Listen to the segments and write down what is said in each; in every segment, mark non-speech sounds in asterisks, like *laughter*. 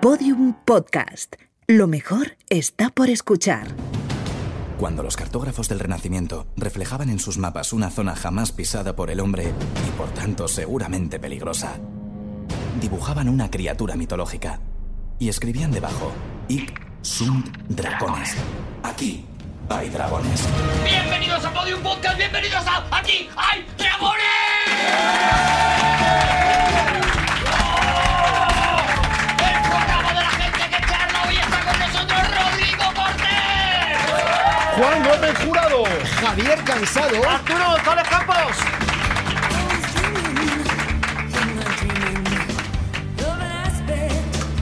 Podium Podcast. Lo mejor está por escuchar. Cuando los cartógrafos del Renacimiento reflejaban en sus mapas una zona jamás pisada por el hombre y por tanto seguramente peligrosa, dibujaban una criatura mitológica y escribían debajo: Ic sunt dragones. Aquí hay dragones. Bienvenidos a Podium Podcast, bienvenidos a Aquí hay dragones. ¡Oh! El programa de la gente que charla hoy está con nosotros Rodrigo Cortés. Juan Gómez Jurado. Javier Cansado. Arturo González Campos.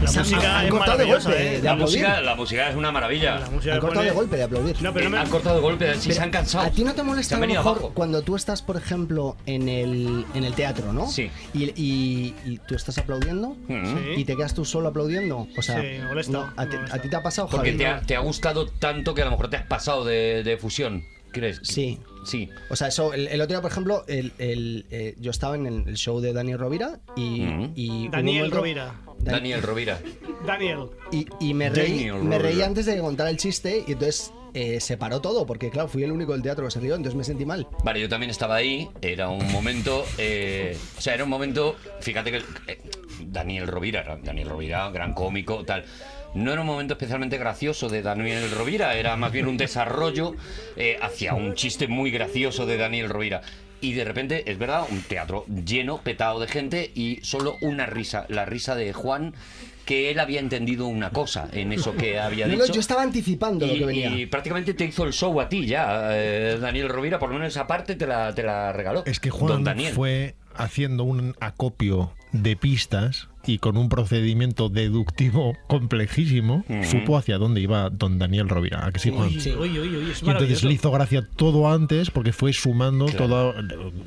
La Se han- música han es cortado de maravillosa, golpe, ¿eh? de La aplaudir. música, la música es una maravilla. La música Al corta pone- de golpe Ah, de aplaudir. No, pero no me... Han cortado de golpe, si se han cansado. ¿A ti no te Se molesta han a lo venido mejor abajo. cuando tú estás, por ejemplo, en el, en el teatro, ¿no? Sí. Y, y- y tú estás aplaudiendo Mm. Sí. y te quedas tú solo aplaudiendo. O sea, Sí, molesta, no, a, ti, molesta. a ti te ha pasado, Porque Javi? te ha, te ha gustado tanto que a lo mejor te has pasado de, de fusión, ¿crees? Sí. Sí. O sea, eso, el, el otro día, por ejemplo, el, el, eh, yo estaba en el el show de Daniel Rovira y. Mm. y hubo un Daniel momento- Rovira. Dan- Daniel *laughs* Rovira. Daniel. Y, y me, reí, Daniel me reí Rovira. antes de que contara el chiste y entonces eh, se paró todo, porque claro, fui el único del teatro que se rió, entonces me sentí mal. Vale, yo también estaba ahí, era un momento, eh, o sea, era un momento, fíjate que eh, Daniel Rovira, era- Daniel Rovira, gran cómico, tal. No era un momento especialmente gracioso de Daniel Rovira, era más bien un desarrollo eh, hacia un chiste muy gracioso de Daniel Rovira. Y de repente, es verdad, un teatro lleno, petado de gente y solo una risa, la risa de Juan, que él había entendido una cosa en eso que había No, dicho. no, yo estaba anticipando lo Y, que venía. y prácticamente te hizo el show a ti ya, eh, Daniel Rovira, por lo menos esa parte te la, te la regaló. Es que Don Juan Daniel. fue haciendo un acopio de pistas y con un procedimiento deductivo complejísimo supo hacia dónde iba don Daniel Rovira. ¿A que sí, Juan? Uy, uy, uy, uy, es Y entonces maravilloso. le hizo gracia todo antes porque fue sumando Claro. toda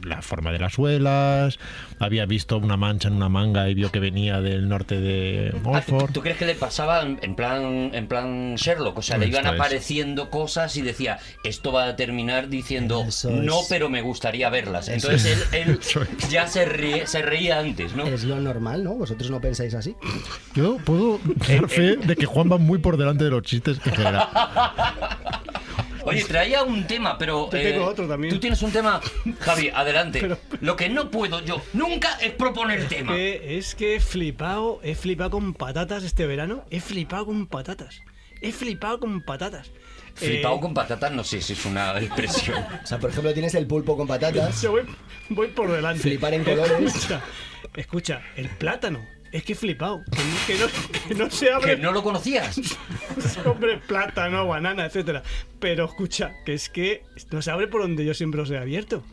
la forma de las suelas. Había visto una mancha en una manga y vio que venía del norte de Ah, ¿tú, Oxford. tú crees que le pasaba en en plan en plan Sherlock? O sea, le Esto iban es. apareciendo cosas y decía, esto va a terminar diciendo, Eso no, es. pero me gustaría verlas. Eso Entonces él, él *laughs* Eso es. ya se, ríe- se reía antes, ¿no? Es lo normal, ¿no? Vosotros no pensáis *clears throat* así. Yo puedo dar fe de que Juan va muy por delante de los chistes en general. Oye, traía un tema, pero. eh, Yo tengo otro también. Tú tienes un tema, Javi, adelante. Pero- Eh, Lo que no puedo yo nunca es proponer tema. Que es que he flipado, he flipado con patatas este verano. He flipado con patatas. He flipado con patatas. Flipado Eh, con patatas, no sé si es una *laughs* expresión. O sea, por ejemplo, tienes el pulpo *clears throat* con patatas. Yo voy, voy por delante. Flipar en colores. Escucha, escucha, el plátano. Es que he flipado. Que no- Que no, que no se abre Que no lo *laughs* conocías. Hombre, plátano, banana, etcétera. Pero escucha, que es que no se abre por donde yo siempre os he abierto.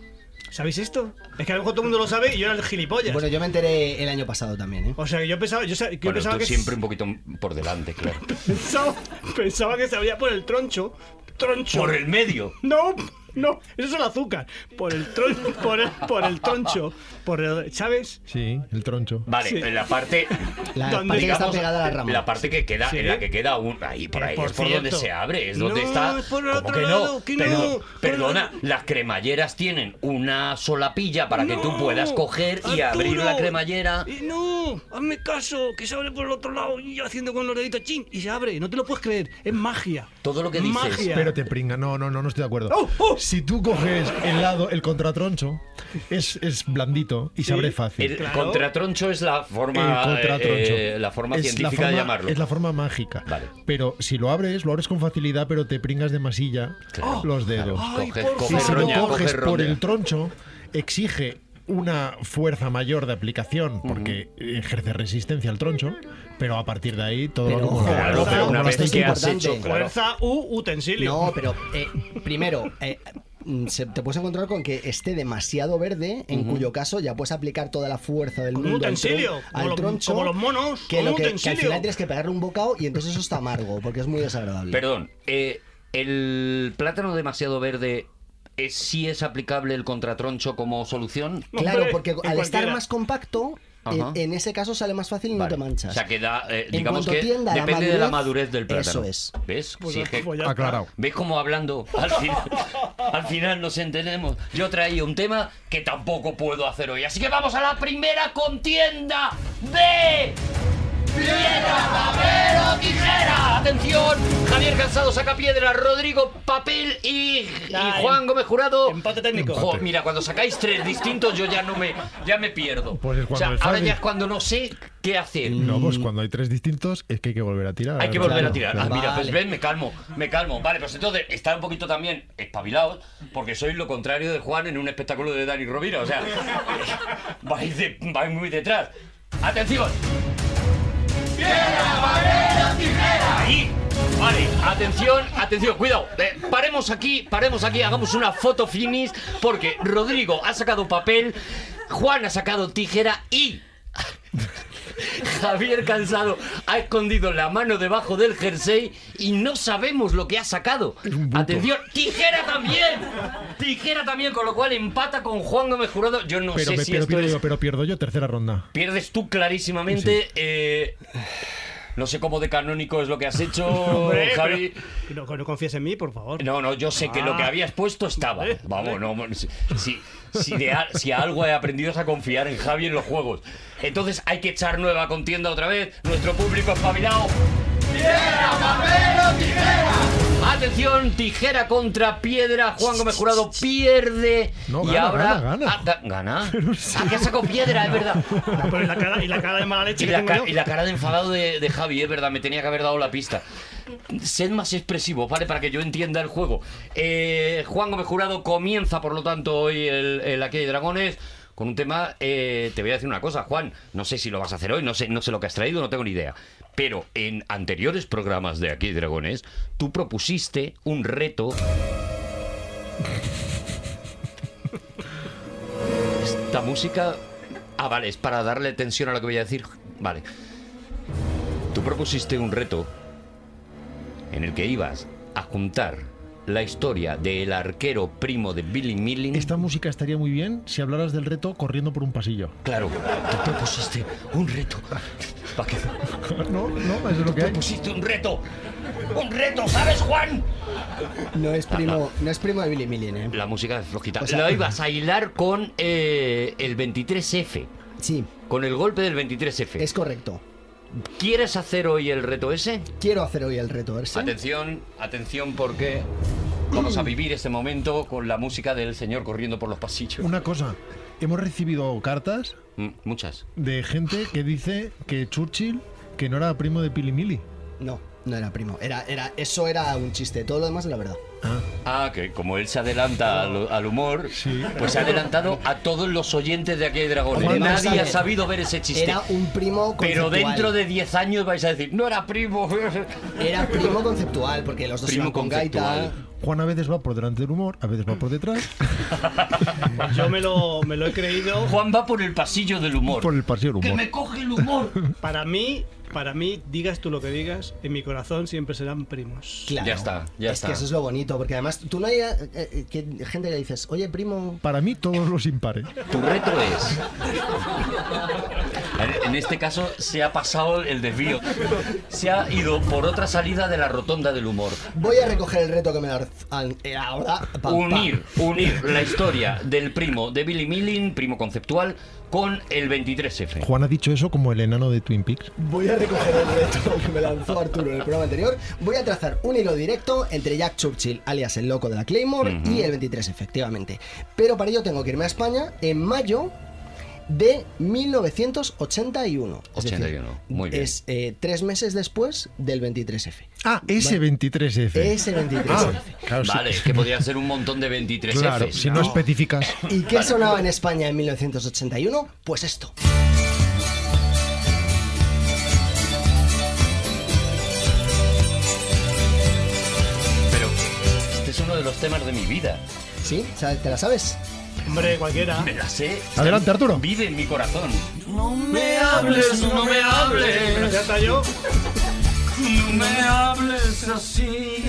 ¿Sabéis esto? Es que a lo mejor todo el mundo lo sabe y yo era el gilipollas. Bueno, yo me enteré el año pasado también, ¿eh? o sea, que yo pensaba, yo, sa- que yo Bueno, pensaba tú que siempre *laughs* un poquito por delante, claro. pensaba, pensaba que se abría por el troncho. Troncho. Por el medio. No, no, eso es el azúcar. Por el troncho, *laughs* por el, por el troncho, por el- ¿sabes? Sí, el troncho. Vale, Sí. la *laughs* parte. La ¿Dónde parte que está digamos, pegada a la rama. la parte que queda, eh, Sí. en la que queda un, ahí por Eh, ahí, por es por cierto. donde se abre, es donde No, está. es por el ¿Cómo otro que no? lado, que Pero- no, por perdona, el- las cremalleras tienen una sola pilla para que tú ¡No! puedas coger y abrir ¡Arturo! la cremallera. Eh, no, hazme caso, que se abre por el otro lado y yo haciendo con los deditos chin y se abre. No te lo puedes creer, es magia. Todo lo que dices. Magia. Pero te pringa, no, no, no, no estoy de acuerdo. ¡Oh, oh! Si tú coges el lado, el contratroncho, es, es blandito y se abre fácil. El Claro. contratroncho es la forma, El contratroncho. eh, la forma Es científica de forma- llamarlo. Es la forma mágica. Vale. Pero si lo abres, lo abres con facilidad, pero te pringas de masilla ¡Oh! Claro. los dedos. Ay, Coge- por coge Si favor. se lo roña, coges coge por roña. el troncho, exige una fuerza mayor de aplicación porque ejerce resistencia al troncho, pero a partir de ahí todo Pero, lo ojo, acumulado. Claro, Fuerza, pero una como vez esto es que has importante. hecho. claro. Fuerza u utensilio. No, pero eh, primero, eh, mm, se- te puedes encontrar con que esté demasiado verde, en cuyo caso ya puedes aplicar toda la fuerza del Con un mundo al tron- utensilio, como al los- troncho. como los monos, que, con lo un que, que al utensilio. final tienes que pegarle un bocado y entonces eso está amargo, porque es muy desagradable. Perdón, eh, el plátano demasiado verde es si es aplicable el contratroncho como solución. Claro, Hombre, porque al en estar cualquiera. más compacto, eh, Ajá. en, en ese caso sale más fácil y Vale. no te manchas. O sea, que da, eh, En digamos cuanto que depende tienda la de la madurez madurez, del plátano. eso es. ¿Ves? Pues Si ya- es que- pues ya está. Aclarado. ¿Ves cómo hablando? Al final, al final nos entendemos. Yo traía un tema que tampoco puedo hacer hoy. Así que vamos a la primera contienda de... ¡Piedra, papel atención. Javier Cansado saca piedra, Rodrigo papel y, y Ah, Juan em- Gómez Jurado. empate técnico. Jo, mira, cuando sacáis tres distintos yo ya no me ya me pierdo. Pues es o cuando sea, es ahora fácil. ya es cuando no sé qué hacer. No, pues cuando hay tres distintos es que hay que volver a tirar. Hay que volver Claro, a tirar. claro. Ah, mira, pues Vale. ven, me calmo, me calmo. Vale, pues entonces está un poquito también espabilados, porque sois lo contrario de Juan en un espectáculo de Dani Rovira. O sea, *laughs* vais, de- vais muy detrás. ¡Atención! Ahí. Vale, atención, atención, cuidado. Eh, paremos aquí, paremos aquí, hagamos una foto finish, porque Rodrigo ha sacado papel, Juan ha sacado tijera y Javier Cansado ha escondido la mano debajo del jersey y no sabemos lo que ha sacado. Atención, tijera también. Tijera también, con lo cual empata con Juan Gómez Jurado. Yo no Pero, sé me- si pero esto pierdo es... yo, pero pierdo yo tercera ronda. Pierdes tú clarísimamente. eh, no sé cómo de canónico es lo *laughs* que has hecho, Hombre, Javi. pero- no, no confíes en mí, por favor. No, no, yo sé que lo que Ah. habías puesto estaba. Vale, Vamos, no, si, si, si de a, si a algo he aprendido es a confiar en Javi en los juegos. Entonces hay que echar nueva contienda otra vez. Nuestro público espabilado. Atención, tijera contra piedra. Juan Gómez Jurado pierde. No, y gana, ahora. gana, gana. Ah, ga- *laughs* gana. Ah, que sacó piedra, es verdad. Pero y la cara, y la cara de mala leche Y que la, tengo ca- yo. y la cara de enfadado de, de Javi, es verdad, me tenía que haber dado la pista. Sed más expresivo, ¿vale? Para que yo entienda el juego. Eh, Juan Gómez Jurado comienza, por lo tanto, hoy el, el Aquí hay Dragones con un tema... eh, te voy a decir una cosa, Juan. No sé si lo vas a hacer hoy, no sé, no sé lo que has traído, no tengo ni idea. Pero en anteriores programas de Aquí hay Dragones, tú propusiste un reto... Esta música... Ah, vale, es para darle tensión a lo que voy a decir. Vale. Tú propusiste un reto en el que ibas a juntar la historia del arquero primo de Billy Milling. Esta música estaría muy bien si hablaras del reto corriendo por un pasillo. Claro, tú propusiste un reto. ¿Para qué? No, no, eso es lo que hay. Propusiste un reto. ¡Un reto! ¿Sabes, Juan? No es primo, no es primo de Billy Millen, ¿eh? La música es flojita. O sea- la ibas a hilar con eh, el 23F. Sí, Con el golpe del 23F. es correcto. ¿Quieres hacer hoy el reto ese? Quiero hacer hoy el reto, ¿verse? Atención, atención porque vamos a vivir este momento con la música del señor corriendo por los pasillos. Una cosa, hemos recibido cartas Mm, Muchas. de gente que dice que Churchill que no era primo de Pilimili. No, no era primo. Era, era, eso era un chiste. Todo lo demás es la verdad. Ah, Ah, que como él se adelanta al, al humor, Sí. pues se ha adelantado a todos los oyentes de aquí hay dragones. Hombre, vamos a Nadie ha ver. sabido ver ese chiste. Era un primo Pero conceptual. dentro de 10 años vais a decir, no era primo. *laughs* Era primo conceptual, porque los dos Primo iban con conceptual. gaita. Juan a veces va por delante del humor, a veces va por detrás, Yo me lo, me lo he creído. Juan va *laughs* por el pasillo del humor. por el pasillo del Que humor. me coge el humor. Para mí, para mí, digas tú lo que digas, en mi corazón siempre serán primos. Claro. Ya está, ya es está. que eso es lo bonito, porque además tú no hay eh, eh, que gente que le dices, oye, primo. Para mí todos los impares. Tu reto es. En- En este caso se ha pasado el desvío. Se ha ido por otra salida de la rotonda del humor. Voy a recoger el reto que me da al- eh, ahora. pam, pam. Unir, unir la historia del primo de Billy Milling, primo conceptual, con el 23F. Juan ha dicho eso como el enano de Twin Peaks. Voy a recoger el reto *laughs* que me lanzó Arturo en el programa anterior. Voy a trazar un hilo directo entre Jack Churchill, alias el loco de la Claymore, y el 23, efectivamente. Pero para ello tengo que irme a España en mayo de 1981. Es decir, 81, muy bien. Es eh, tres meses después del 23F. Ah, ese 23F. Ese 23F. Ah, claro, sí. Vale, que podría ser un montón de 23F. Claro, si no especificas. Ah. ¿Y qué sonaba en España en 1981? Pues esto. Pero este es uno de los temas de mi vida. ¿Sí? ¿Sabes- ¿Te la sabes? Hombre, cualquiera. Me la sé. Adelante, Arturo. Vive en mi corazón. me hables, no me hables, Me la canta yo. no me hables así.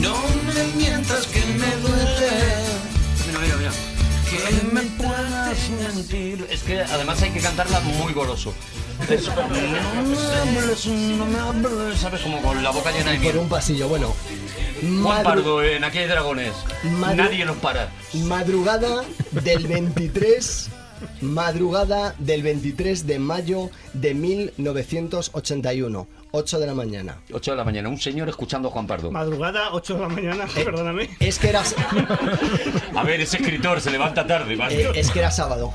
No me mientas que me duele. Mira, mira, mira. Que me puedas mentir. Es que además hay que cantarla muy goloso. Es- No me hables. ¿Sabes? Como con la boca llena de Por miel. un pasillo. Bueno. Juan madru- Pardo, en Aquí hay dragones. Madru- Nadie nos para. Madrugada del 23 Madrugada del 23 de mayo de 1981, 8 de la mañana. 8 de la mañana, un señor escuchando a Juan Pardo. Madrugada, 8 de la mañana, Eh, perdóname. Es que era, s- A ver, ese escritor se levanta tarde, macho. eh, es que era sábado.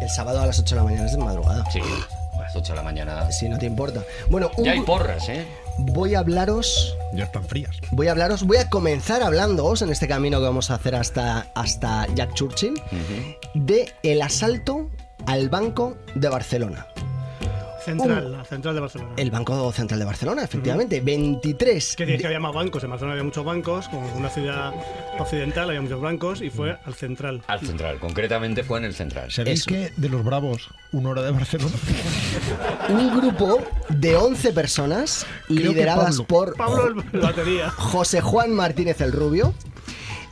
El sábado a las 8 de la mañana es de madrugada. Sí, a las 8 de la mañana. Si no te importa. Bueno, un Ya hay gru- porras, ¿eh? voy a hablaros Ya están frías. voy a hablaros, voy a comenzar hablándoos en este camino que vamos a hacer hasta, hasta Jack Churchill, de el asalto al Banco de Barcelona. uh. Central, la central de Barcelona. El Banco Central de Barcelona, efectivamente, 23. Que decía que había más bancos. En Barcelona había muchos bancos, como una ciudad occidental había muchos bancos y fue al central. Al central, concretamente fue en el central. ¿Sabéis Eso. que de los bravos, una hora *laughs* de Barcelona? Un grupo de 11 personas Creo que lideradas Pablo. por Pablo, el *laughs* el batería. José Juan Martínez el Rubio.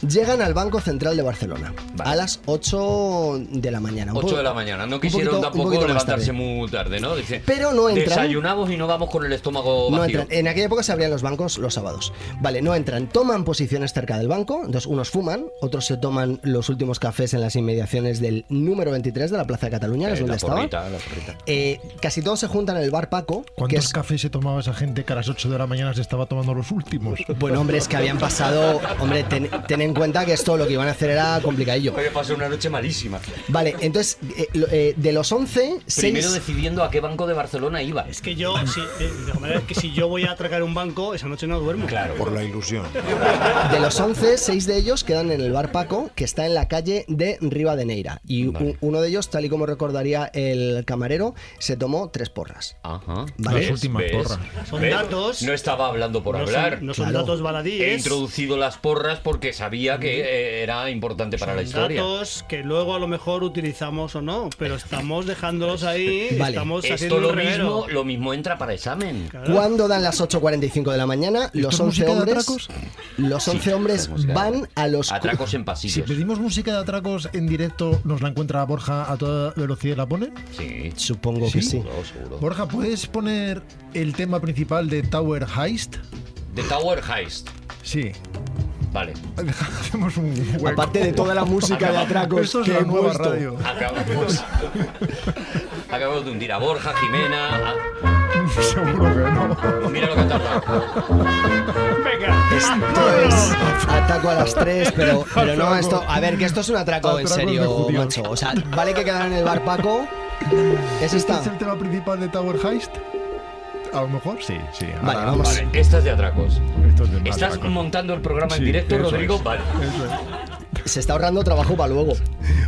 Llegan al Banco Central de Barcelona Vale. a las 8 de la mañana. Un 8 poco- Eh, de la mañana. No un quisieron poquito- un tampoco poquito más levantarse tarde. muy tarde, ¿no? Dice, Pero no entran. Desayunamos y no vamos con el estómago No vacío. entran. Eh, En aquella época se abrían los bancos los sábados. Vale, no entran. Toman posiciones cerca del banco. Entonces, unos fuman, otros se toman los últimos cafés en las inmediaciones del número 23 de la Plaza de Cataluña, que es Eh, donde la estaba. porrita, la porrita. Eh, casi todos se juntan en el bar Paco. que ¿Cuántos es- cafés se tomaba esa gente que a las 8 de la mañana se estaba tomando los últimos? *laughs* Bueno, hombre, es que habían pasado. Hombre, ten, ten en cuenta que esto lo que iban a hacer era complicadillo. Oye, pasó una noche malísima. Vale, entonces, eh, lo- eh, de los 11, Primero 6. decidiendo a qué banco de Barcelona iba. Es que yo, si, eh, de manera que si yo voy a atracar un banco, esa noche no duermo. Claro. Por la ilusión. De los 11, 6 de ellos quedan en el bar Paco, que está en la calle de Rivadeneira. Y u- Vale. uno de ellos, tal y como recordaría el camarero, se tomó tres porras. Ajá. Vale. Las últimas ¿Ves? porras. Son ¿Ves? datos. No estaba hablando por no hablar. son, no son Claro. datos He baladíes. introducido las porras porque sabía que eh, era importante para la historia. Datos que luego a lo mejor utilizamos o no, pero estamos dejándolos ahí, Vale. estamos haciendo Esto un lo reguero. mismo, lo mismo entra para examen. Claro. Cuando dan las 8.45 de la mañana, ¿Esto los es 11 música de hombres, atracos? los 11 hombres Esto es música de van atracos. a los... cu- Atracos en Si pasillos. pedimos música de atracos en directo, ¿nos la encuentra Borja a toda velocidad y la pone? Sí, Supongo que sí. seguro, seguro. Borja, ¿puedes poner el tema principal de Tower Heist? The Tower Heist. Sí. Vale. *laughs* Hacemos un hueco. Aparte de toda la música de atracos Esto es que la he nueva puesto. radio. Acabamos. Acabamos de hundir a Borja, Jimena. Ah, *laughs* Seguro que *laughs* no. a- Mira lo que ha tardado. Venga, Esto es pues, ataco a las 3, *laughs* pero, pero no, esto... A ver, que esto es un atraco en Atracos de serio, judíos. macho. O sea, vale que quedan en el bar Paco. Es ¿Este esta. es el tema principal de Tower Heist? A lo mejor sí, sí. Vale, Ah, vamos. Vale, estas de atracos. Esto es del ¿Estás atraco. montando el programa en Sí, directo, eso Rodrigo? es. Eh, Vale. Eso es. Se está ahorrando trabajo para luego.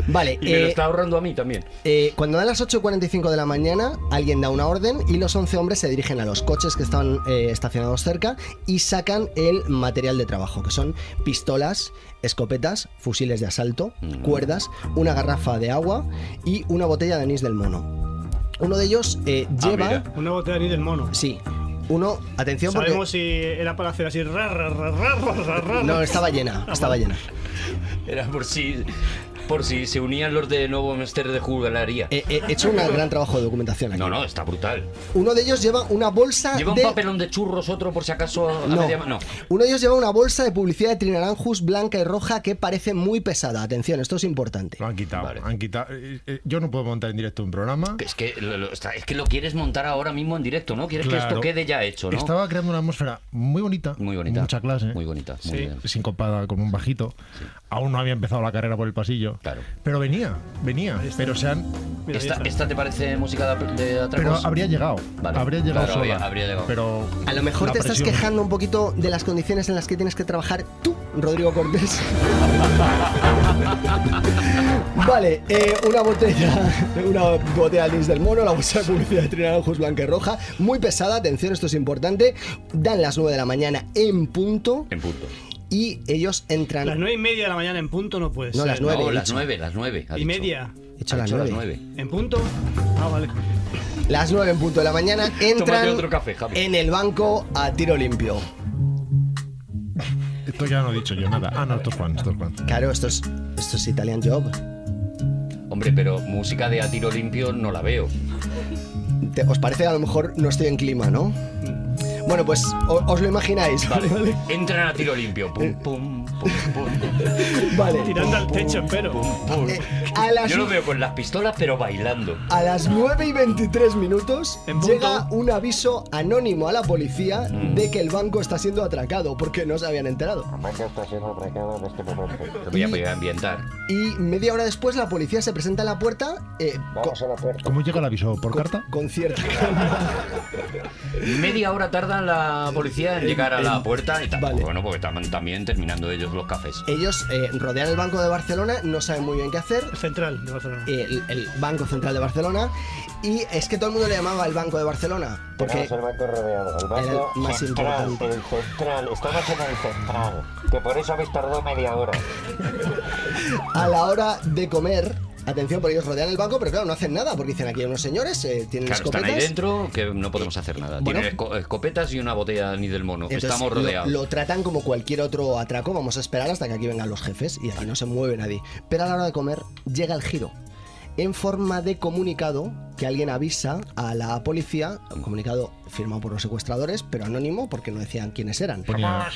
Vale, *laughs* Y me lo eh, está ahorrando a mí también. Eh, cuando dan las 8.45 de la mañana, alguien da una orden y los 11 hombres se dirigen a los coches que están eh, estacionados cerca y sacan el material de trabajo, que son pistolas, escopetas, fusiles de asalto, Mm. cuerdas, una garrafa de agua y una botella de anís del mono. Uno de ellos eh, Ah, lleva... mira. una botella ni del mono. sí, uno... Atención porque... Sabemos si era para hacer así. Ra, ra, ra, ra, ra, ra, ra. No, estaba llena, *laughs* estaba llena. Era por si, por si se unían los de nuevo Mester de jugularía. Eh, eh, He hecho un gran trabajo de documentación aquí. No, no, está brutal. Uno de ellos lleva una Ah, bolsa Lleva un de... papelón de churros, otro por si acaso. a No. media ma- no. Uno de ellos lleva una bolsa de publicidad de Trinaranjus blanca y roja que parece muy pesada. Atención, esto es importante. Lo han quitado. Vale. Han quitado. Eh, eh, yo no puedo montar en directo un programa. Es que lo, lo- está- es que lo quieres montar ahora mismo en directo, ¿no? Quieres que Claro. esto quede ya hecho, ¿no? Estaba creando una atmósfera muy bonita. Muy bonita. Mucha clase. Muy bonita. Muy bien. Sincopada con un bajito. Aún no había empezado la carrera por el pasillo. Claro. Pero venía, venía. Pero se han. Mira, ahí ¿Esta, está. esta te parece música de, de Pero atracos? habría llegado. Vale. Habría llegado Claro, sola. habría- habría llegado. Pero A lo mejor la te estás presión- quejando un poquito de las condiciones en las que tienes que trabajar tú, Rodrigo *laughs* Cortés. vale, eh, una botella, una botella de Lis del Mono, la bolsa de publicidad de Trinaranjus blanca y roja, muy pesada, atención, esto es importante. Dan las 9 de la mañana en punto En punto. y ellos entran. Las nueve y media de la mañana en punto no puede No, ser. las nueve, no, he las dicho. nueve, las nueve. ha y dicho. media. He dicho Ha las dicho las 9. nueve. ¿En punto? Ah, vale. Las 9 en punto de la mañana entran Tómate otro café, Javi. en el banco a tiro limpio. Esto ya no he dicho yo nada. Ah, no, esto es Juan. Esto es Juan. Claro, esto es, esto es Italian Job. Hombre, pero música de a tiro limpio no la veo. Te- ¿Os parece que a lo mejor no estoy en clima, no? Mm. Bueno, pues o- os lo imagináis. *laughs* Eh. Vale. Entran a tiro limpio. Pum, pum, pum, pum. Vale. Tirando al techo, pero. *laughs* Eh, a las Yo lo veo con las pistolas, pero bailando. A las 9 y 23 minutos En punto. llega un aviso anónimo a la policía Mm. de que el banco está siendo atracado porque no se habían enterado. Lo voy a voy a ambientar. Y media hora después la policía se presenta a la puerta eh, co- ¿Cómo llega el aviso? ¿Por carta? con cierta calma. Media hora tarda la policía en llegar a la puerta y tampoco, vale. bueno, porque estaban también terminando ellos los cafés. Ellos eh, rodean el Banco de Barcelona, no saben muy bien qué hacer. eh, Central de Barcelona. El, el Banco Central de Barcelona. Y es que todo el mundo le llamaba el Banco de Barcelona. Porque Tenemos el banco rodeado, el Era banco el más central, importante. el central, estamos en el central, que por eso habéis tardado media hora. a la hora de comer, atención, porque ellos rodean el banco, pero claro, no hacen nada porque dicen aquí hay unos señores, eh, tienen Claro, están escopetas. ahí dentro que no podemos hacer nada. Bueno. Tienen esco- escopetas y una botella ni del mono. Entonces, Estamos lo- rodeados. Lo, tratan como cualquier otro atraco. Vamos a esperar hasta que aquí vengan los jefes y aquí no se mueve nadie. Pero a la hora de comer llega el giro. En forma de comunicado que alguien avisa a la policía, un comunicado firmado por los secuestradores, pero anónimo porque no decían quiénes eran. Ponía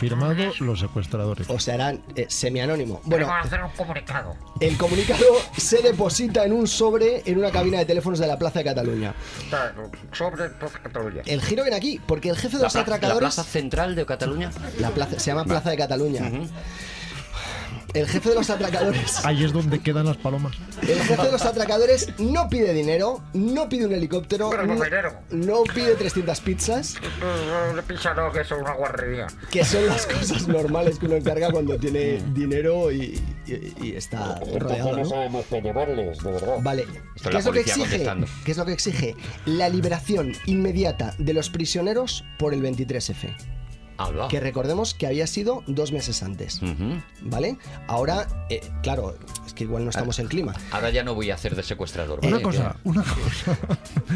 firmado los secuestradores. O sea, eran eh, semi-anónimo. Bueno, Vamos a hacer un comunicado. el comunicado se deposita en un sobre en una cabina de teléfonos de la Plaza de Cataluña. Está, Sobre Plaza Cataluña. El giro viene aquí, porque el jefe de La, los pla- la atracadores... plaza central de Cataluña. La plaza- se llama Plaza de Cataluña. El jefe de los atracadores. Ahí es donde quedan las palomas. El jefe de los atracadores no pide dinero, no pide un helicóptero, Pero no, no dinero. no pide 300 pizzas, Le píchalo que es una guarrería. que son las cosas normales que uno encarga cuando tiene dinero y, y- y está Entonces rodeado. no ¿no? sabemos qué llevarles, de verdad. Vale, ¿eh? Esto es ¿qué la es, lo que policía exige? contestando. ¿Qué es lo que exige? La liberación inmediata de los prisioneros por el 23F, Alba. que recordemos que había sido dos meses antes. Ujú. ¿Vale? Ahora, eh, claro, es que igual no estamos en clima. Ah. Ahora ya no voy a hacer de secuestrador. Una ¿vale? cosa, una cosa. *laughs*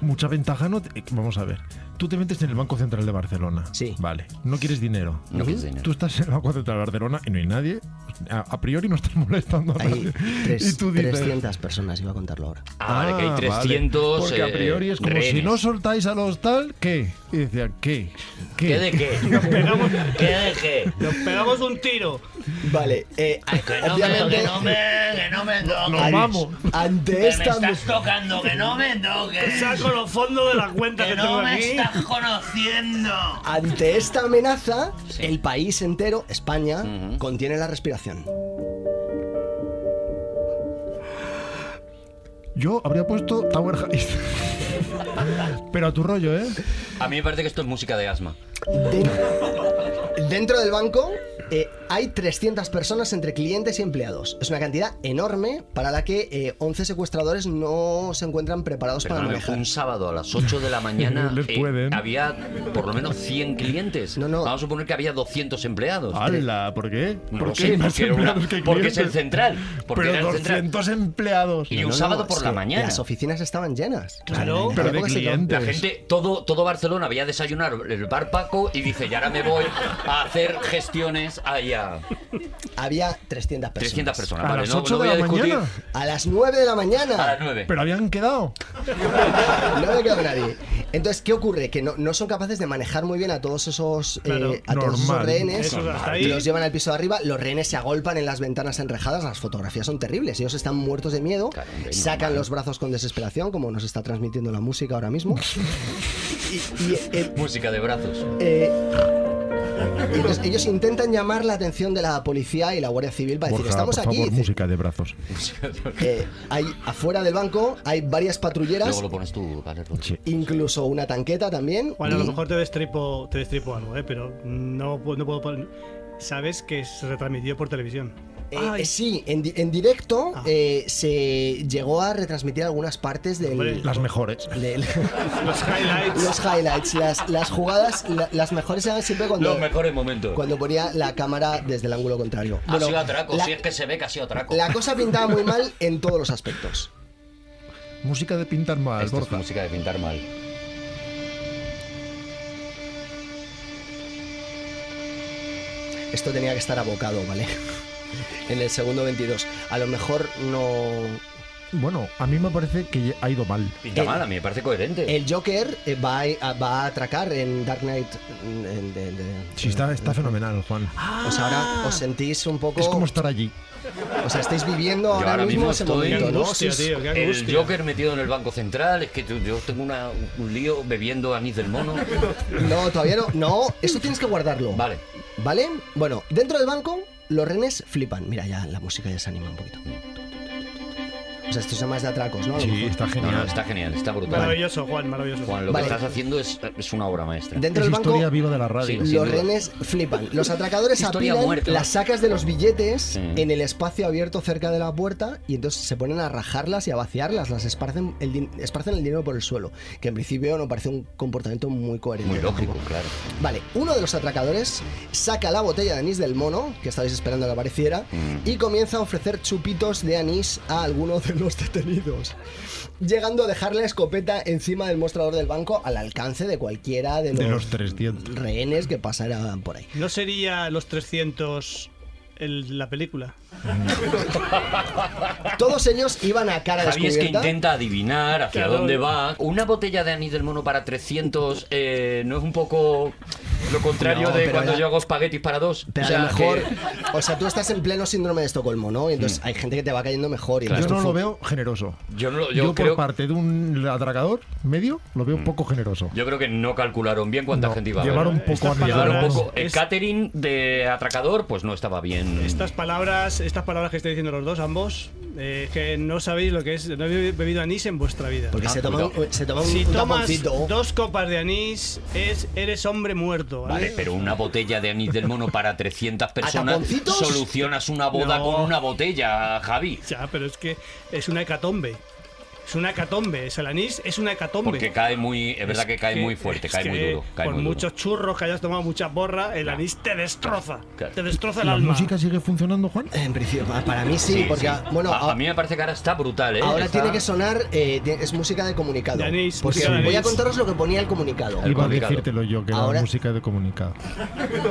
Mucha ventaja no. te- Vamos a ver. Tú te metes en el Banco Central de Barcelona. Sí. Vale. No quieres dinero. No quieres dinero. Tú estás en el Banco Central de Barcelona y no hay nadie. A, a priori no estás molestando a Hay nadie. tres- *laughs* y tú dices. 300 personas, iba a contarlo ahora. Ah, vale, que "Ah, hay vale". 300. Porque a eh, priori es como si rehenes. no soltáis a los tal, ¿qué? Y decía, ¿qué? ¿Qué? ¿Qué de *laughs* qué? Pegamos- ¿Qué de qué? Nos pegamos un tiro. Vale, eh, Que no, me, obviamente. que no me, que no me toques. Nos an- vamos. Ante Que me esta. estás tocando, que no me toques. Saco los fondos de la cuenta que Que tengo no me aquí. estás conociendo. Ante esta amenaza, el país entero, España, contiene la respiración. Yo habría puesto Tower Heist. *laughs* Pero a tu rollo, ¿eh? A mí me parece que esto es música de asma. Den- dentro del banco eh, hay 300 personas entre clientes y empleados. Es una cantidad enorme para la que eh, 11 secuestradores no se encuentran preparados para Perdóname, manejar. un sábado a las 8 de la mañana *laughs* eh, Les pueden. había por lo menos 100 clientes. No, no. Vamos a suponer que había 200 empleados. ¡Hala! ¿Por qué? No ¿Por lo qué sé, hay más porque, era una- empleados que porque es el clientes? central. Porque era Pero el central. 200 empleados. Y No, un no, sábado es por que la mañana. Las oficinas estaban llenas. Claro. en Pero la de época se quedó- La clientes. gente, todo, todo Barcelona veía a desayunar el bar Paco y dice, y ahora me voy a hacer gestiones allá. Había 300 300 personas. personas. ¿A vale, las no- 8 no voy de a la discutir. mañana? A las 9 de la mañana. A las 9. Pero habían quedado. No había quedado nadie. Entonces, ¿qué ocurre? Que no, no son capaces de manejar muy bien a todos esos, eh, Claro, a todos esos normal. rehenes. Eso, hasta ahí. Los llevan al piso de arriba, los rehenes se agolpan en las ventanas enrejadas, las fotografías son terribles, ellos están muertos de miedo, Claro, hombre, sacan normal. los brazos con desesperación, como nos está transmitiendo la música *laughs* ahora mismo. Y, y, eh, Música de brazos. eh, y entonces ellos intentan llamar la atención de la policía y la Guardia Civil para decir, Borja, estamos por aquí. favor, Dice, música de brazos. eh, hay, afuera del banco hay varias patrulleras, Luego lo pones tú, ¿vale? Porque- Sí. incluso una tanqueta también. Bueno, a lo y- mejor te destripo, te destripo algo, ¿eh? pero no, pu- no puedo. pon- Sabes que se retransmitió por televisión. Eh, Ay, eh, sí, en, di- en directo Ah. eh, se llegó a retransmitir algunas partes del, Hombre, Las mejores. del- *laughs* Los highlights. los highlights, las, las jugadas, la- las mejores eran siempre cuando, Los mejores momentos. cuando ponía la cámara desde el ángulo contrario. Ha Bueno, sido atraco, la, si es que se ve que ha sido atraco. la cosa pintaba muy mal en todos los aspectos. Música de pintar mal, Este Esto es Borja. música de pintar mal. Esto tenía que *laughs* estar abocado, ¿vale? En el segundo 22. A lo mejor no... Bueno, a mí me parece que ya ha ido mal. Pinta El- mal, a mí me parece coherente. El Joker eh, va a, va a atracar en Dark Knight. mm, en- de- de- Sí, está, está fenomenal, Juan. Pues ahora os sentís un poco. Es como estar allí. O sea, estáis viviendo Yo ahora, ahora mismo, mismo ese estoy- momento, ¿no? Angustia, Sí, tío, qué El angustia. Joker metido en el Banco Central, es que tú- yo tengo una- un lío bebiendo anís del mono. No, todavía no. No, eso tienes que guardarlo. Vale. ¿Vale? Bueno, dentro del banco, los renes flipan. Mira, ya la música ya se anima un poquito. O sea, esto es más de atracos, ¿no? A lo Sí, mejor. está No, no, genial. está genial, está brutal. Maravilloso, Juan, maravilloso. Juan, lo Vale. que estás haciendo es, es una obra maestra. Dentro Es del banco, historia viva de la radio. Sí, sí. sin los duda. renes flipan. Los atracadores Historia apilan muerta. las sacas de los billetes Sí. en el espacio abierto cerca de la puerta y entonces se ponen a rajarlas y a vaciarlas. Las esparcen el, din- esparcen el dinero por el suelo, que en principio no parece un comportamiento muy coherente. Muy lógico, claro. Vale, uno de los atracadores saca la botella de anís del mono, que estabais esperando que apareciera, Mm. y comienza a ofrecer chupitos de anís a algunos de los detenidos, llegando a dejar la escopeta encima del mostrador del banco al alcance de cualquiera de los, De los 300. rehenes que pasaran por ahí. ¿No sería los 300 el- la película? Todos ellos iban a cara Javi es que descubierta. intenta adivinar hacia Claro. dónde va. Una botella de anís del mono para 300 eh, no es un poco lo contrario No, de pero cuando era- yo hago espaguetis para dos. Pero O sea, a lo mejor, que- Mm. o sea, tú estás en pleno síndrome de Estocolmo, ¿no? Y entonces hay gente que te va cayendo mejor. Y Yo entonces no tú lo fu- veo generoso. yo, no lo- Yo, yo por creo, parte de un atracador medio lo Mm. veo poco generoso. yo creo que no calcularon bien cuánta No, gente iba a llevar ver. un poco a Estas Llevar un palabras- poco. El es- catering de atracador, pues no estaba bien. Estas palabras, estas palabras que estáis diciendo los dos, ambos, eh, que no sabéis lo que es, no habéis bebido anís en vuestra vida. Porque Ah, se toma, un, cuidado. se toma un- Si un tomas taponcito. dos copas de anís, es, eres hombre muerto. ¿vale? Vale, pero una botella de anís del mono para 300 personas taponcitos? solucionas una boda No. con una botella, Javi. Ya, pero es que es una hecatombe. Es una hecatombe. Es el anís, es una hecatombe. Porque cae muy, es verdad que cae muy fuerte, es cae que muy duro, cae con muy duro. muchos churros que hayas tomado, muchas borras, el Ya. anís te destroza. Claro. Te destroza el ¿La alma. música sigue funcionando, Juan? En principio, pa- para mí sí, Sí, porque sí. ah, bueno, a, ah, a mí me parece que ahora está brutal, ¿eh? ahora Está- tiene que sonar eh, de- es música de comunicado. De anís, porque música de voy a anís. contaros lo que ponía el comunicado. El Iba a comunicado. decírtelo yo, que Ahora- la música de comunicado.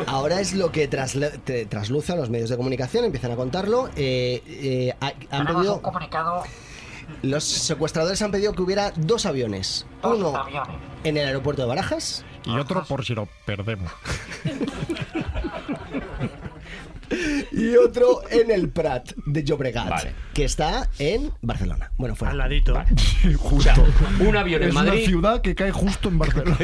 Ahora es lo que trasla- te- trasluce a los medios de comunicación, empiezan a contarlo. eh, eh, ha- han Tenemos un pedido comunicado, los secuestradores han pedido que hubiera dos aviones, dos uno aviones. en el aeropuerto de Barajas Y otro por si lo perdemos. y otro en el Prat de Llobregat, Vale. que está en Barcelona. Bueno, fuera. Al ladito. O sea, *laughs* Justo. un avión en Es una Madrid, ciudad que cae justo *laughs* en Barcelona.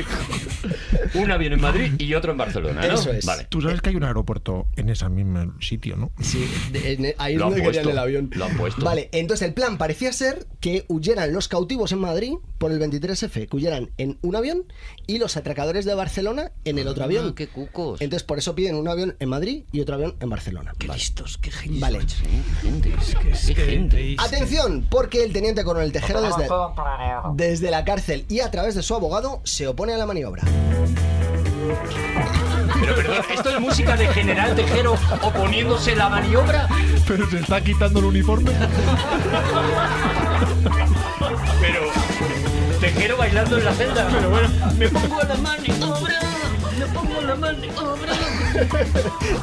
un avión en Madrid y otro en Barcelona, ¿no? Eso es. Vale. Tú sabes que hay un aeropuerto en ese mismo sitio, ¿no? Sí, de- en- ahí es Lo han donde querían puesto, el avión. lo han puesto. Vale, entonces el plan parecía ser que huyeran los cautivos en Madrid por el 23F, que huyeran en un avión y los atracadores de Barcelona en el otro avión. Ah, qué cucos. Entonces por eso piden un avión en Madrid y otro avión en Barcelona. Vale. Listos, qué gente. Vale. Qué gente, Es qué que- gente. Ah, Atención, porque el teniente coronel Tejero Tenemos desde, todo planeado. desde la cárcel y a través de su abogado se opone a la maniobra. Pero perdón, ¿esto es música de General Tejero oponiéndose la maniobra? Pero se está quitando el uniforme. Pero Tejero bailando en la celda. Pero bueno, me pongo la maniobra, me pongo la maniobra,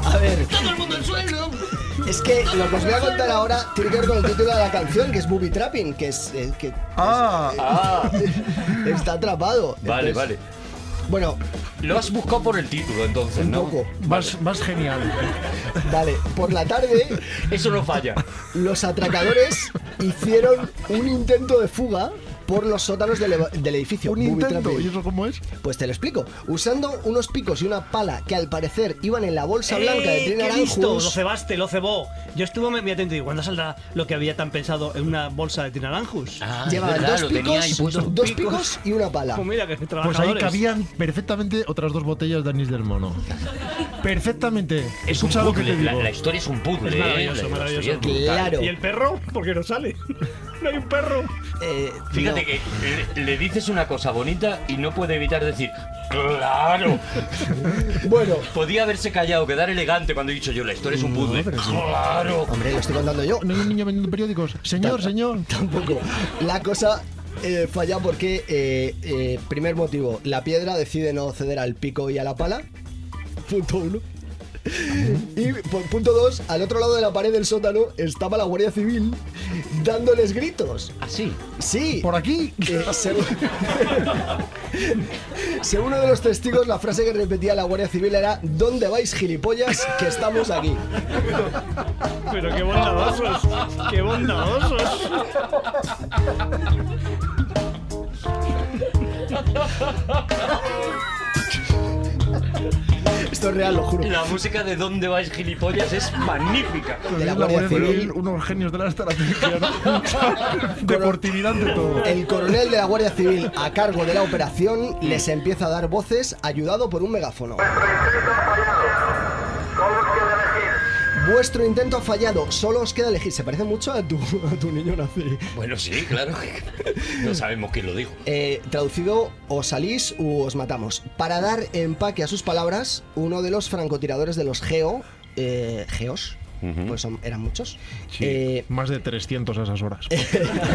A ver, todo el mundo al suelo. es que lo que os voy a contar ahora tiene que ver con el título de la canción, que es Booby Trapping, que es... eh, que Ah, Está atrapado. vale, Entonces, vale. Bueno, Lo has buscado por el título, entonces, un Pues ¿no? poco. Más, más genial. Vale, por la tarde Eso no falla. los atracadores hicieron un intento de fuga por los sótanos del, eva- del edificio. Un Booby intento. Trapping. ¿Y eso cómo es? Pues te lo explico. Usando unos picos y una pala que al parecer iban en la bolsa blanca ¡Eh, de Trin qué listo! Lo Aranjus. cebaste, lo cebó. Yo estuve muy atento y digo, ¿cuándo saldrá lo que había tan pensado en una bolsa de Tinaranjus? Ah, Llevaban dos picos, puesto. dos picos y una pala. Pues mira, que Pues ahí trabajadores. cabían perfectamente otras dos botellas de anís del mono. Perfectamente. Es un Escucha lo que te puzzle, la, digo. la historia es un puzzle. Es ¿eh? maravilloso, La maravilloso. historia es brutal. Claro. ¿Y el perro? Porque no sale. *laughs* no hay un perro. Eh, Fíjate no. que le, le dices una cosa bonita y no puede evitar decir, *laughs* ¡Claro! Bueno, Podía haberse callado, quedar elegante cuando he dicho yo, la historia es un puzzle. ¡Claro! hombre, lo estoy contando *laughs* yo. No hay un niño vendiendo periódicos. Señor, señor. Tampoco. La cosa eh, falla porque, eh, eh, primer motivo, la piedra decide no ceder al pico y a la pala. Punto uno. Y por punto 2, al otro lado de la pared del sótano estaba la Guardia Civil dándoles gritos. Así. ¿Ah, Sí. Por aquí. Eh, según... *laughs* según uno de los testigos, la frase que repetía la Guardia Civil era ¿Dónde vais, gilipollas? Que estamos aquí. Pero qué bondadosos. *laughs* Qué bondadosos. Esto es real, lo juro. La música de ¿Dónde vais, gilipollas? es magnífica. De la Guardia Civil. unos genios de la estrategia, *laughs* ¿no? Deportividad de todo. El eh, coronel de la Guardia Civil, a cargo de la operación, les empieza a dar voces ayudado por un megáfono. Vuestro intento ha fallado, solo os queda elegir. Se parece mucho a tu, a tu niño nazi. Bueno, sí, claro. que- No sabemos quién lo dijo. Eh, traducido, o salís u os matamos. Para dar empaque a sus palabras, uno de los francotiradores de los Geo, eh, Geos, pues son- eran muchos, eh, Más de 300 a esas horas.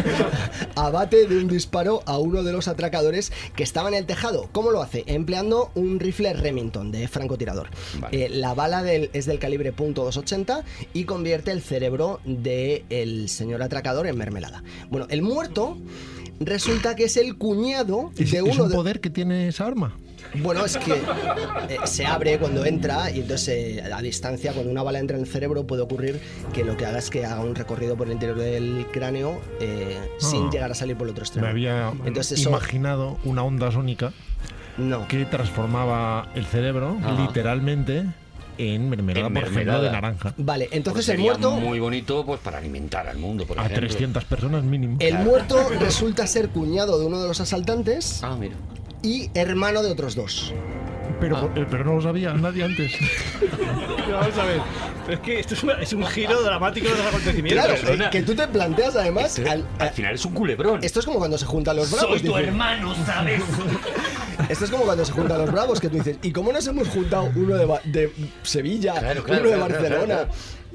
*laughs* abate de un disparo a uno de los atracadores que estaba en el tejado. ¿Cómo lo hace? Empleando un rifle Remington de francotirador. Vale. Eh, la bala del- es del calibre .280 y convierte el cerebro del señor atracador en mermelada. Bueno, el muerto resulta que es el cuñado de ¿Es, es uno un de... poder que tiene esa arma? Bueno, es que eh, se abre cuando entra y entonces eh, a distancia, cuando una bala entra en el cerebro, puede ocurrir que lo que haga es que haga un recorrido por el interior del cráneo eh, sin llegar a salir por el otro extremo. Ah. Me había Entonces eso- imaginado una onda sónica No. que transformaba el cerebro literalmente en mermelada, En por ejemplo, mermelada. de naranja. Vale, Pues entonces el sería muerto... muy bonito pues para alimentar al mundo, por A ejemplo. 300 personas mínimo. El muerto resulta ser cuñado de uno de los asaltantes Ah, mira. y hermano de otros dos. Pero, ah. eh, pero no lo sabía nadie antes. Pero vamos a ver. Pero es que esto es, una- es un giro dramático de los acontecimientos. Claro, perdona. eh, que tú te planteas además... al- Al eh, final es un culebrón. esto es como cuando se juntan los bravos. Este- Soy tu dice. hermano, ¿sabes? Esto es como cuando se juntan los bravos, que tú dices, ¿y cómo nos hemos juntado uno de, Ba- de Sevilla, Claro, claro, uno de claro, claro, Barcelona? claro.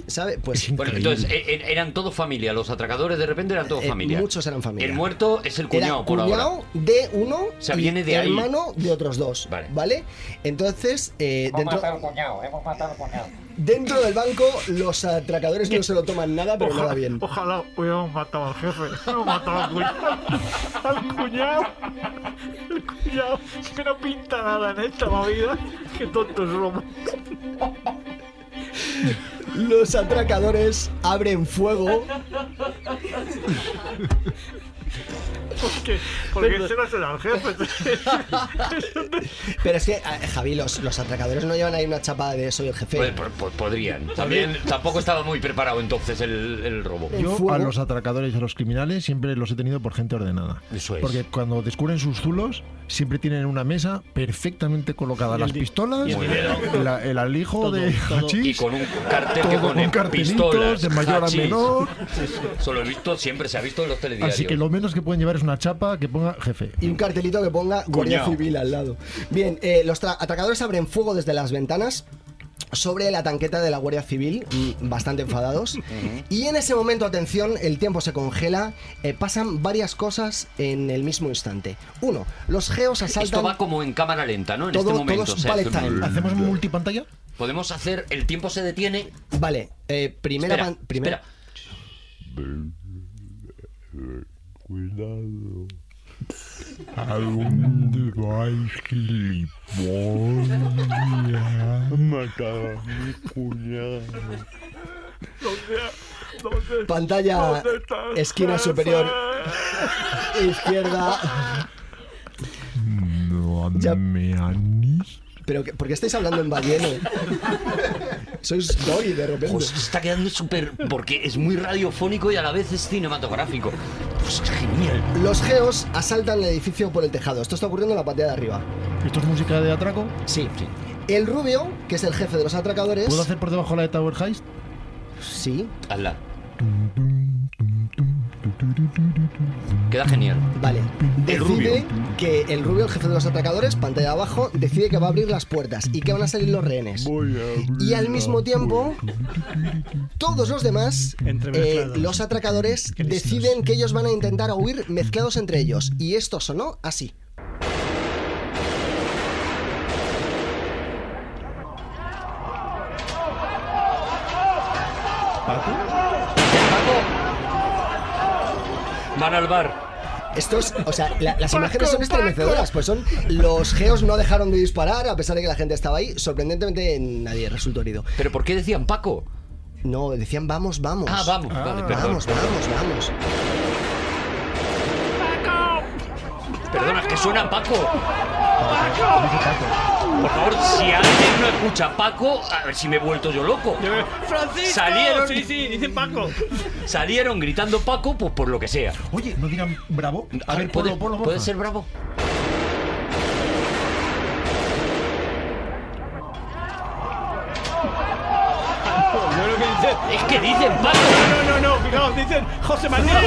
¿Sabe? Pues Bueno, entonces e- e- eran todos familia, los atracadores de repente eran todos Eh, familia. muchos eran familia. El muerto es el era cuñado por cuñado ahora. de uno sea, y viene de ahí. hermano de otros dos, Vale. ¿vale? Entonces, eh, Hemos matado dentro, al cuñado, hemos matado al cuñado. dentro del banco los atracadores no se lo toman nada, pero nada bien. Ojalá hubiéramos matado al jefe. Hubiéramos matado al cuñado. Al cuñado. El cuñado. Que no pinta nada en esta movida. Qué tonto es Roma. Los atracadores abren fuego Porque, porque ese no será el *laughs* jefe. Pero es que, ah, Javi, los, los atracadores no llevan ahí una chapa de soy el jefe. Pues, po- po- podrían. También tampoco estaba muy preparado entonces el, el robo. El Yo a fuego. los atracadores y a los criminales siempre los he tenido por gente ordenada. Eso es. Porque cuando descubren sus zulos, siempre tienen una mesa perfectamente colocada. Las pistolas, la- el alijo de *laughs* hachís, Y con un cartel que todo con pone cartelitos pistolas, de mayor hachís. a menor. *laughs* Solo he visto, siempre se ha visto en los telediarios. Así que lo menos que pueden llevar es una chapa que ponga jefe. Y un cartelito que ponga Guardia Cuñao. Civil al lado. Bien, eh, los tra- atracadores abren fuego desde las ventanas sobre la tanqueta de la Guardia Civil, mm, bastante *laughs* enfadados. Y en ese momento, atención, el tiempo se congela, eh, pasan varias cosas en el mismo instante. Uno, los geos Esto asaltan... va como en cámara lenta, ¿no? En Todo- este momento. todo es o sea, bullet hace- time. ¿Hacemos multipantalla? Podemos hacer. El tiempo se detiene. Vale, eh, primera... Espera, pan- primera... espera. ¿A *laughs* dónde vais, Pantalla esquina superior *laughs* izquierda. Ya- Pero que- ¿por qué estáis hablando *laughs* en balleno? Sois Dory de repente. Pues está quedando súper. Porque es muy radiofónico y a la vez es cinematográfico. Pues es genial. Los geos asaltan el edificio por el tejado. Esto está ocurriendo en la pantalla de arriba. ¿Esto es música de atraco? Sí. El rubio, que es el jefe de los atracadores. ¿Puedo hacer por debajo la de Tower Heist? Sí. Hazla. Queda genial. Vale. Decide rubio. que el rubio, el jefe de los atracadores, pantalla abajo, decide que va a abrir las puertas y que van a salir los rehenes. Y al mismo tiempo, todos los demás, eh, Entremezclados. los atracadores, deciden que ellos van a intentar huir mezclados entre ellos. Y esto sonó así. al bar. Estos, o sea, la- las Paco, imágenes son Paco. estremecedoras, pues son los geos no dejaron de disparar a pesar de que la gente estaba ahí. Sorprendentemente nadie resultó herido. ¿Pero por qué decían Paco? No, decían vamos, vamos. Ah, vamos, vale, perdón. Vamos, vamos, vamos. Perdona, es que suena Paco. Por favor, si alguien no escucha Paco, a ver si me he vuelto yo loco. ¡Francisco! Salieron. Sí, sí, dice Paco. Salieron gritando Paco, pues por lo que sea. Oye, no digan bravo. A, ver, ¿puede, ponlo, ponlo, ¿puede porfa. ser bravo? Yo lo que dice. Es que dicen Paco. No, no, no, fijaos, dicen José Manuel.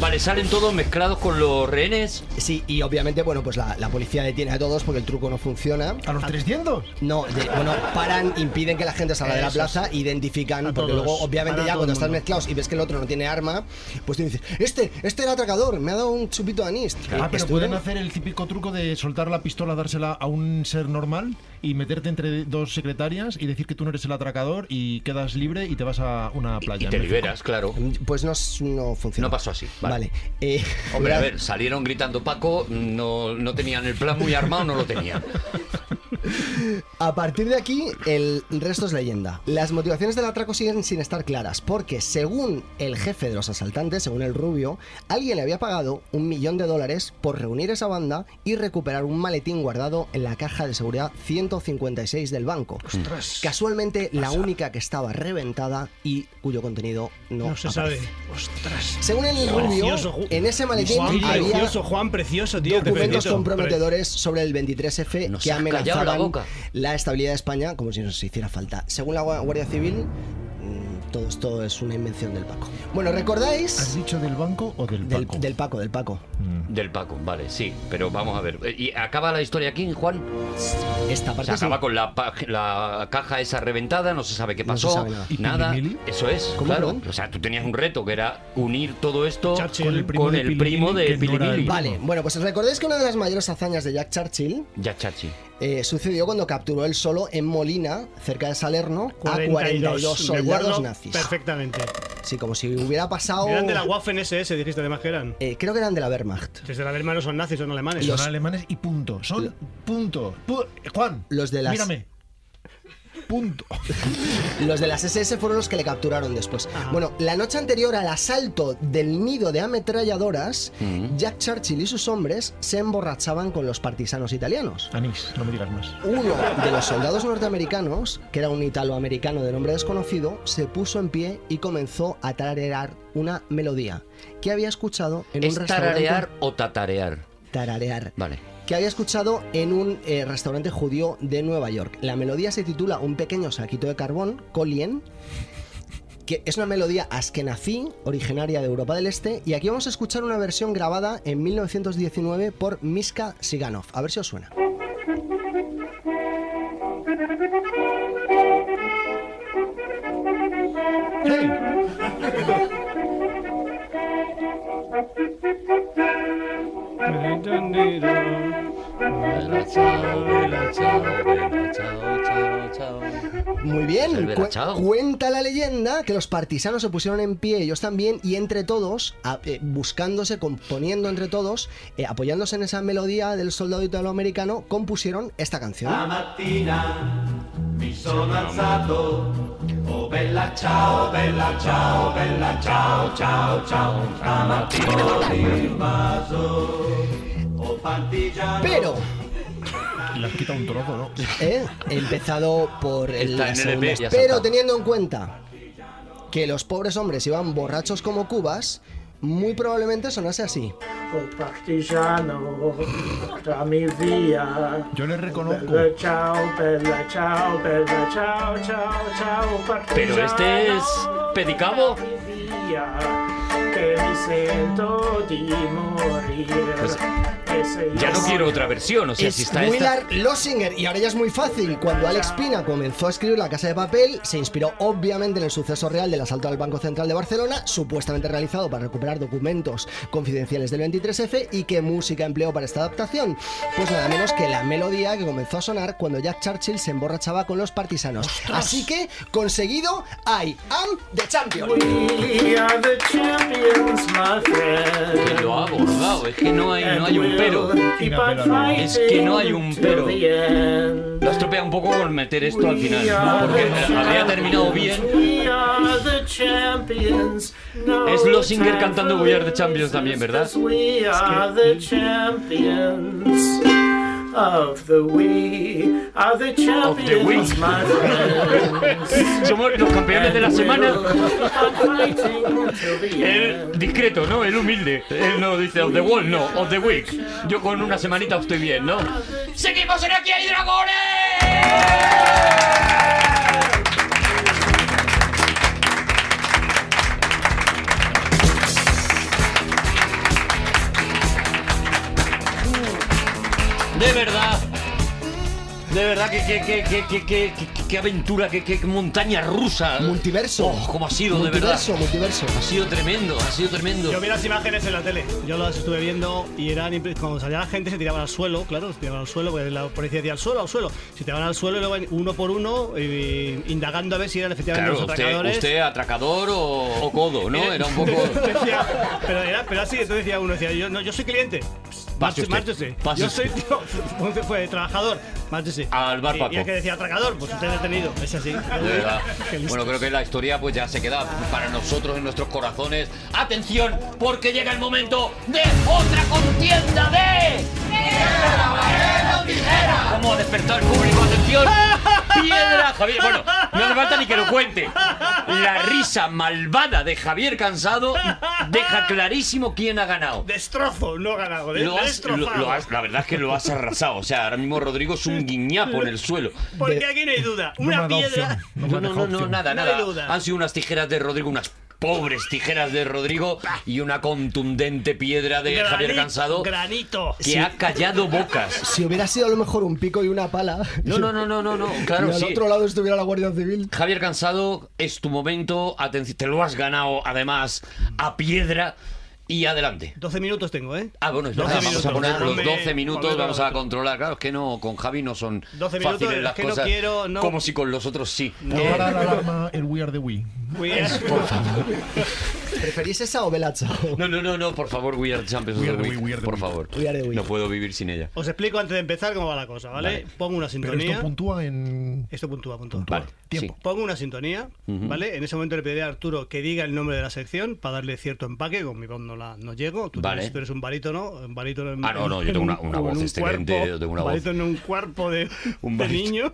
Vale, salen todos mezclados con los rehenes. Sí, y obviamente, bueno, pues la, la policía detiene a todos porque el truco no funciona. ¿A Ah. los Eh, 300? No, de- bueno, paran, impiden que la gente salga de la Eso plaza, identifican, A porque todos, luego, obviamente, para ya todo cuando el estás mundo. mezclados y ves que el otro no tiene arma, pues tú dices, este, este era atracador, me ha dado un chupito de anís. Ah, pero Estuvieron- pueden hacer el típico truco de soltar la pistola, dársela a un ser normal y meterte entre dos secretarias y decir que tú no eres el atracador y quedas libre y te vas a una Y- playa. Y te en México. liberas, claro. Pues no, s- no funcionó. No pasó así, vale. Vale. eh, *laughs* Hombre, a Brad- ver, salieron gritando Paco, no, no tenían el plan muy armado, no lo tenían. A partir de aquí, el resto es leyenda. Las motivaciones del atraco siguen sin estar claras, porque según el jefe de los asaltantes, según el rubio, alguien le había pagado un millón de dólares por reunir esa banda y recuperar un maletín guardado en la caja de seguridad 156 del banco. Casualmente, la única que estaba reventada y cuyo contenido no, No se aparece. sabe. Ostras. Según el Precioso, Ju- rubio, en ese maletín Juan, había precioso, Juan, precioso, tío. te documentos felicito. comprometedores sobre el 23F Nos que has callado la amenazaban boca. la estabilidad de España como si nos hiciera falta. Según la Gua- Guardia Civil, mm, todo esto es una invención del Paco. Bueno, ¿Has ¿recordáis? dicho del banco o del Del banco? Mm. del Paco, del Paco. Del Paco, vale, sí, pero vamos a ver. Eh, ¿Y acaba la historia aquí, Juan? Esta Se parte sí. acaba con la, pa- la caja esa reventada, no se sabe qué No se pasó, sabe nada. ¿Y nada. Pilimili? Eso es, ¿Cómo, claro. perdón? O sea, tú tenías un reto que era unir todo esto Chachi, con el primo de Pilimili. que no era el- Vale, bueno, pues recordáis que una de las mayores hazañas de Jack Churchill Ya, chachi. eh, sucedió cuando capturó él solo en Molina, cerca de Salerno, a 42 me soldados acuerdo nazis. Oh. Perfectamente. Sí, como si hubiera pasado. Eran de la Waffen SS, dijiste además que eran. Eh, creo que eran de la Wehrmacht. Desde la Berma no son nazis, son alemanes. Son alemanes y punto. Son punto. Pu- Juan, Los de las- mírame. Punto. *laughs* Los de las SS fueron los que le capturaron después. Bueno, la noche anterior al asalto del nido de ametralladoras, Jack Churchill y sus hombres se emborrachaban con los partisanos italianos. Anís, no me digas más. Uno de los soldados norteamericanos, que era un italoamericano de nombre desconocido, se puso en pie y comenzó a tararear una melodía que había escuchado en ¿Es un restaurante. tararear o tatarear? Tararear. Vale. Que había escuchado en un eh, restaurante judío de Nueva York. La melodía se titula Un pequeño saquito de carbón, Colien, que es una melodía askenazí, originaria de Europa del Este. Y aquí vamos a escuchar una versión grabada en 1919 por Miska Siganov. A ver si os suena. Muy Es el bien, Cu- Belachao. cuenta la leyenda que los partisanos se pusieron en pie, ellos también, y entre todos, a- eh, buscándose, componiendo entre todos, eh, apoyándose en esa melodía del soldado italoamericano, compusieron esta canción. Pero Le has quitado un trozo, ¿no? ¿eh? empezado por el, Está en las LP, segundas. ya se pero acaba. teniendo en cuenta que los pobres hombres iban borrachos como cubas, muy probablemente sonase así. O partigiano, tra mi via. Yo le reconozco. Bella ciao, bella ciao, bella ciao, ciao, ciao, partigiano. Pero este es Pedicabo. tra mi via, Que me siento di morir. Pues, Que se Ya no llama- quiero otra versión, o sea, si es está esta... Willard Lossinger y ahora ya es muy fácil. Cuando Alex Pina comenzó a escribir La Casa de Papel, se inspiró obviamente en el suceso real del asalto al Banco Central de Barcelona, supuestamente realizado para recuperar documentos confidenciales del 23F y qué música empleó para esta adaptación. Pues nada menos que la melodía que comenzó a sonar cuando Jack Churchill se emborrachaba con los partisanos. Así que conseguido, I am the champion. We are the champions. Wills, my friend. Que lo ha abordado, es que no hay, no hay un pero. Keep on fighting Es que no hay un till pero. the end. Lo ha estropeado un poco por meter esto al final, ¿no? porque había terminado bien. We are the champions. No Es Los Singer time cantando for We Are the Champions también, ¿verdad? resistance. We are the champions. Of the we are the champions, week. my *laughs* friends. Somos los campeones de la And semana. we'll keep on fighting till the El end. discreto, ¿no? El humilde. Él no dice of the wall, no, of the week. Yo con una semanita estoy bien, ¿no? ¡Seguimos en Aquí hay dragones! De verdad. De verdad, que que que que que que que- que aventura, que que montaña rusa. Multiverso. Oh, cómo ha sido, de verdad. multiverso, multiverso. Ha sido tremendo, ha sido tremendo. Yo vi las imágenes en la tele, yo las estuve viendo y eran impre- cuando salía la gente se tiraban al suelo, claro, se tiraban al suelo, porque la policía decía al suelo, al suelo, se tiraban al suelo y luego uno por uno eh, indagando a ver si eran efectivamente Claro, los usted, atracadores. *laughs* usted atracador o, o codo, ¿no? Era un poco. Decía- pero, era, pero así, entonces decía uno, decía, yo, no, yo soy cliente. Pase Márchese, usted, márchese. pase Yo usted. soy *laughs* tío, entonces fue trabajador, márchese. Al bar Y- Paco. Y, el que decía atracador, pues usted detenido. Es así. De verdad. Qué listo. Bueno, creo que la historia pues ya se queda para nosotros en nuestros corazones. Atención, porque llega el momento de otra contienda de ¿Cómo despertar el público? *laughs* Atención. Piedra Javier. Bueno, no hace falta ni que lo cuente. La risa malvada de Javier Cansado deja clarísimo quién ha ganado. Destrozo, no ganado. de- Lo has- lo- destrozado. lo has- la verdad es que lo has arrasado. O sea, ahora mismo Rodrigo es un guiñapo en el suelo. Porque aquí no hay duda. me Una ha dado piedra. opción, *laughs* me No, ha no, dejado no, no, opción. nada, No hay nada. duda. Han sido unas tijeras de Rodrigo, unas pobres tijeras de Rodrigo y una contundente piedra de Javier Granit- Cansado que Granito. ha callado bocas. Si hubiera sido a lo mejor un pico y una pala. No, no, no, no, no, no, y claro, al sí. otro lado estuviera la Guardia Civil. Javier Cansado, es tu momento, atención, te lo has ganado además a piedra y adelante. 12 minutos tengo, ¿eh? Ah, bueno, es 12 verdad, vamos a minutos, poner los ponme- 12 minutos, ponme vamos la a otra. controlar. Claro, es que no, con Javi no son 12 minutos, fáciles es las que no cosas. quiero, no. Como si con los otros sí. Eh, Tocará la alarma el We Are the We. Cuidado. ¿Preferís esa o Belacha? No, no, no, no, por favor, We Are the Champions of We are the the Week, we, we are the por we. favor. We are the we. No puedo vivir sin ella. Os explico antes de empezar cómo va la cosa, ¿vale? Vale. Pongo una Pero sintonía. esto puntúa en. Esto puntúa, puntúa. Vale, Tiempo. sí. Pongo una sintonía, ¿vale? En ese momento le pediré a Arturo que diga el nombre de la sección para darle cierto empaque. Con mi voz no, la, no llego. Tú, Vale. tienes- tú eres un barítono. Un barítono en, Ah, no, no, yo en tengo un- una- una en voz un excelente, cuerpo- yo tengo una un voz. barítono en un cuerpo de, *laughs* Un de barítono. niño.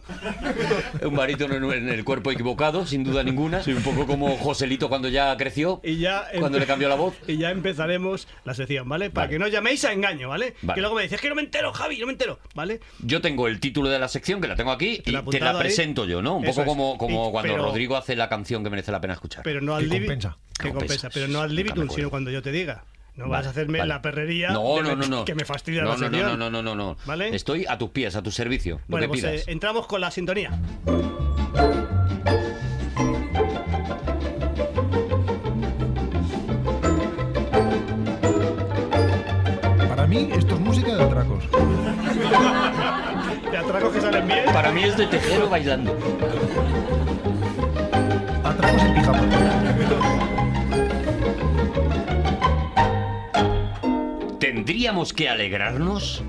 *laughs* Un barítono en- en el cuerpo equivocado, sin duda ninguna. Soy un poco como Joselito cuando ya creció, *laughs* Y ya em- cuando le cambió la voz. Y ya empezaremos la sección, ¿vale? Para Vale. que no llaméis a engaño, ¿vale? Vale. Que luego me dices que no me entero, Javi, no me entero, ¿vale? Yo tengo el título de la sección, que la tengo aquí, Te la he y te la apuntado ahí. presento yo, ¿no? Un Eso poco es. como, como Y- cuando pero- Rodrigo hace la canción que merece la pena escuchar. Pero no al Que libi- compensa. Que Compensa. compensa, pero no Nunca pues, al me libitum, acuerdo. sino cuando yo te diga. No vas Vale, a hacerme vale. la perrería No, de no, me- no, no. que me fastidia no, la no, sección. no, no, no, no, no. ¿Vale? Estoy a tus pies, a tu servicio. lo Bueno, que pues pidas. eh, entramos con la sintonía. Para mí, esto es música de atracos. Te atracos que salen bien. Para mí es de tejero bailando. Atracos en pijama. ¿Tendríamos que alegrarnos?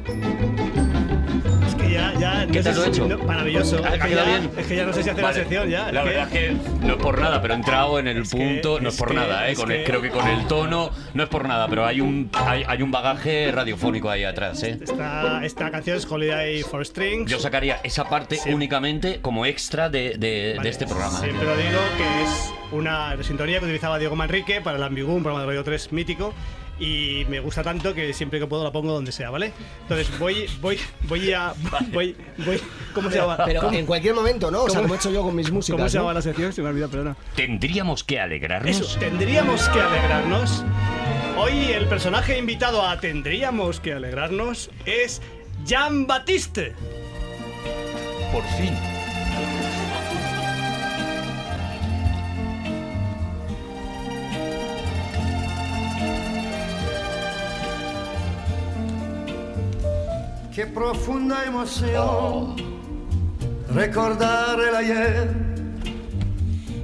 Es que ya, ya. ¿Qué no tal sé lo he si- hecho? no, maravilloso. ¿Ha- ha es, que quedado ya, bien? es que ya no sé si hacer Vale. la sección ya. La es que- verdad es que no es por nada, pero he entrado en el Es que- punto, no es es por que- nada, ¿eh? es Con el- que- creo que con el tono, no es por nada, pero hay un, hay, hay un bagaje radiofónico ahí atrás, ¿eh? Esta, esta canción es Holiday for Strings. Yo sacaría esa parte únicamente como extra de, de- de Vale. este programa. Siempre lo digo que es una sintonía que utilizaba Diego Manrique para el Ambigú, un programa de Radio 3 mítico. Y me gusta tanto que siempre que puedo la pongo donde sea, ¿vale? Entonces voy, voy, voy a. Voy, voy. ¿Cómo se llama? Pero ¿Cómo- en cualquier momento, ¿no? O sea, ¿Cómo- como he hecho yo con mis músicas. ¿Cómo se ¿no? llama la sección? Se me ha olvidado, perdona. ¿Tendríamos que alegrarnos? Eso, tendríamos que alegrarnos. Hoy el personaje invitado a Tendríamos que alegrarnos es Jean Batiste. Por fin. Qué profunda emoción recordar el ayer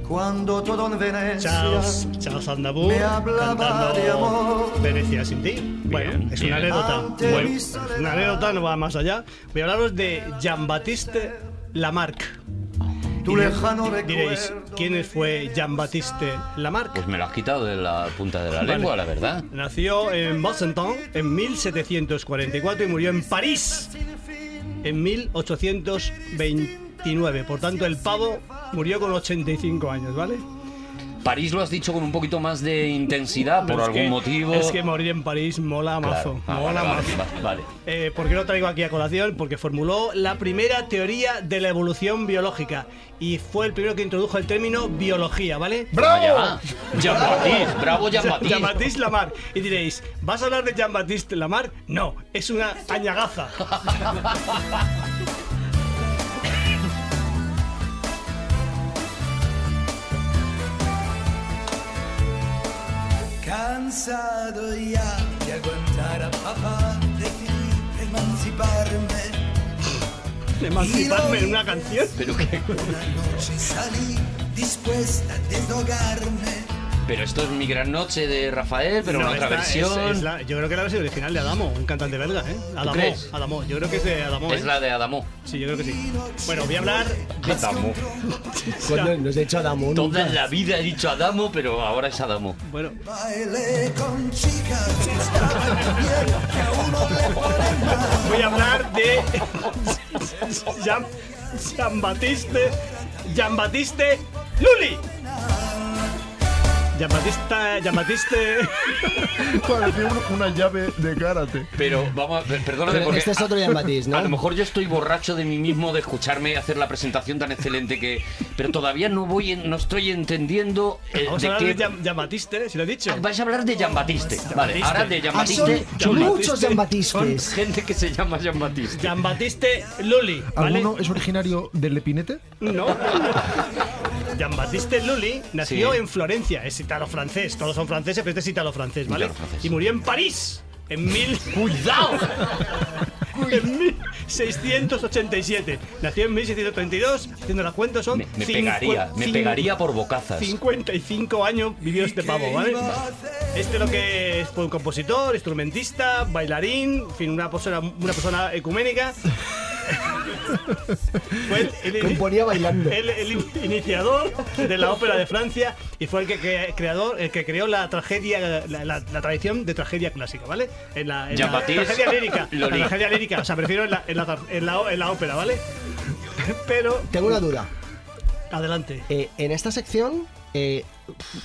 cuando todo en Venecia Charles, Charles Aznavour Me hablaba de cantando amor. Venecia sin ti. Bueno, es una bien. anécdota. Ah, Ante Bueno, mi es soledad. una anécdota, no va más allá. Voy a hablaros de Jean-Baptiste Lamarck. Tu Y lejano Diréis, ¿quién fue Jean-Baptiste Lamarck? Pues me lo has quitado de la punta de la Vale. lengua, la verdad. Nació en Washington en 1744 y murió en París en 1829. Por tanto, el pavo murió con 85 años, ¿vale? París lo has dicho con un poquito más de intensidad por Es algún que- motivo. Es que morir en París mola mazo. Claro. Ah, mola vale, mazo. vale, vale. Eh, ¿Por qué lo traigo aquí a colación? Porque formuló la primera teoría de la evolución biológica y fue el primero que introdujo el término biología, ¿vale? ¡Bravo! Jean-Baptiste, bravo Jean-Baptiste. Jean-Baptiste Lamar. Y diréis, ¿vas a hablar de Jean-Baptiste Lamar? No, es una añagaza. Cansado ya de aguantar a papá, decidí emanciparme. Emanciparme en una canción. Pero, que- Una noche salí dispuesta a deshogarme. pero esto es mi gran noche de Rafael, pero No, una otra esta es- versión. es la- yo creo que la versión original de Adamo, un cantante belga, ¿eh? Adamo, crees? Adamo. Yo creo que es de Adamo. Es ¿eh? la de Adamo. Sí, yo creo que sí. Bueno, voy a hablar. Adamo. Coño, nos he hecho Adamo Toda nunca. la vida he dicho Adamo, pero ahora es Adamo. Bueno, Bailé con chicas que estaban bien, que a uno le ponen mal. voy a hablar de. *laughs* Jean, Jean Batiste. Jean Batiste Luli. Jean Batista. Jean Batiste. Parecía un- una llave de karate. Pero vamos, a- per- perdóname Pero porque este es otro a- Jean-Baptiste, ¿no? A lo mejor yo estoy borracho de mí mismo de escucharme hacer la presentación tan excelente que, pero todavía no voy, en- no estoy entendiendo eh, Vamos a de hablar qué. de Jean, Jean Batiste, si lo he dicho. Ah, Vais a hablar de Jean Batiste. Vale, ahora de Jean Ah, son Batiste. muchos Jean Jean Son Batistes. gente que se llama Jean Batiste. Jean Batiste Luli, ¿vale? ¿Alguno es originario del Epinete? No. *laughs* Jean-Baptiste Lully nació Sí. en Florencia, es italo-francés, todos son franceses, pero este es italo-francés, ¿vale? Italo-francés. Y murió en París en *laughs* mil... ¡Cuidado! *laughs* en 1687. Nació en 1632, haciendo las cuentas son... Me, me cincu- pegaría, me cin- pegaría por bocazas. 55 años vivió este pavo, ¿vale? Este lo que es fue un compositor, instrumentista, bailarín, en fin, una persona, una persona *laughs* ecuménica. Fue el- el- Componía bailando. el, el in- iniciador de la ópera de Francia y fue el que crea- creador, el que creó la tragedia, la, la- la tradición de tragedia clásica, ¿vale? En la, en la Jean-Baptiste tragedia lírica, la Loli. tragedia lírica, o sea, prefiero en la, en la- en la- en la ópera, ¿vale? Pero Tengo una duda. adelante. Eh, en esta sección, eh,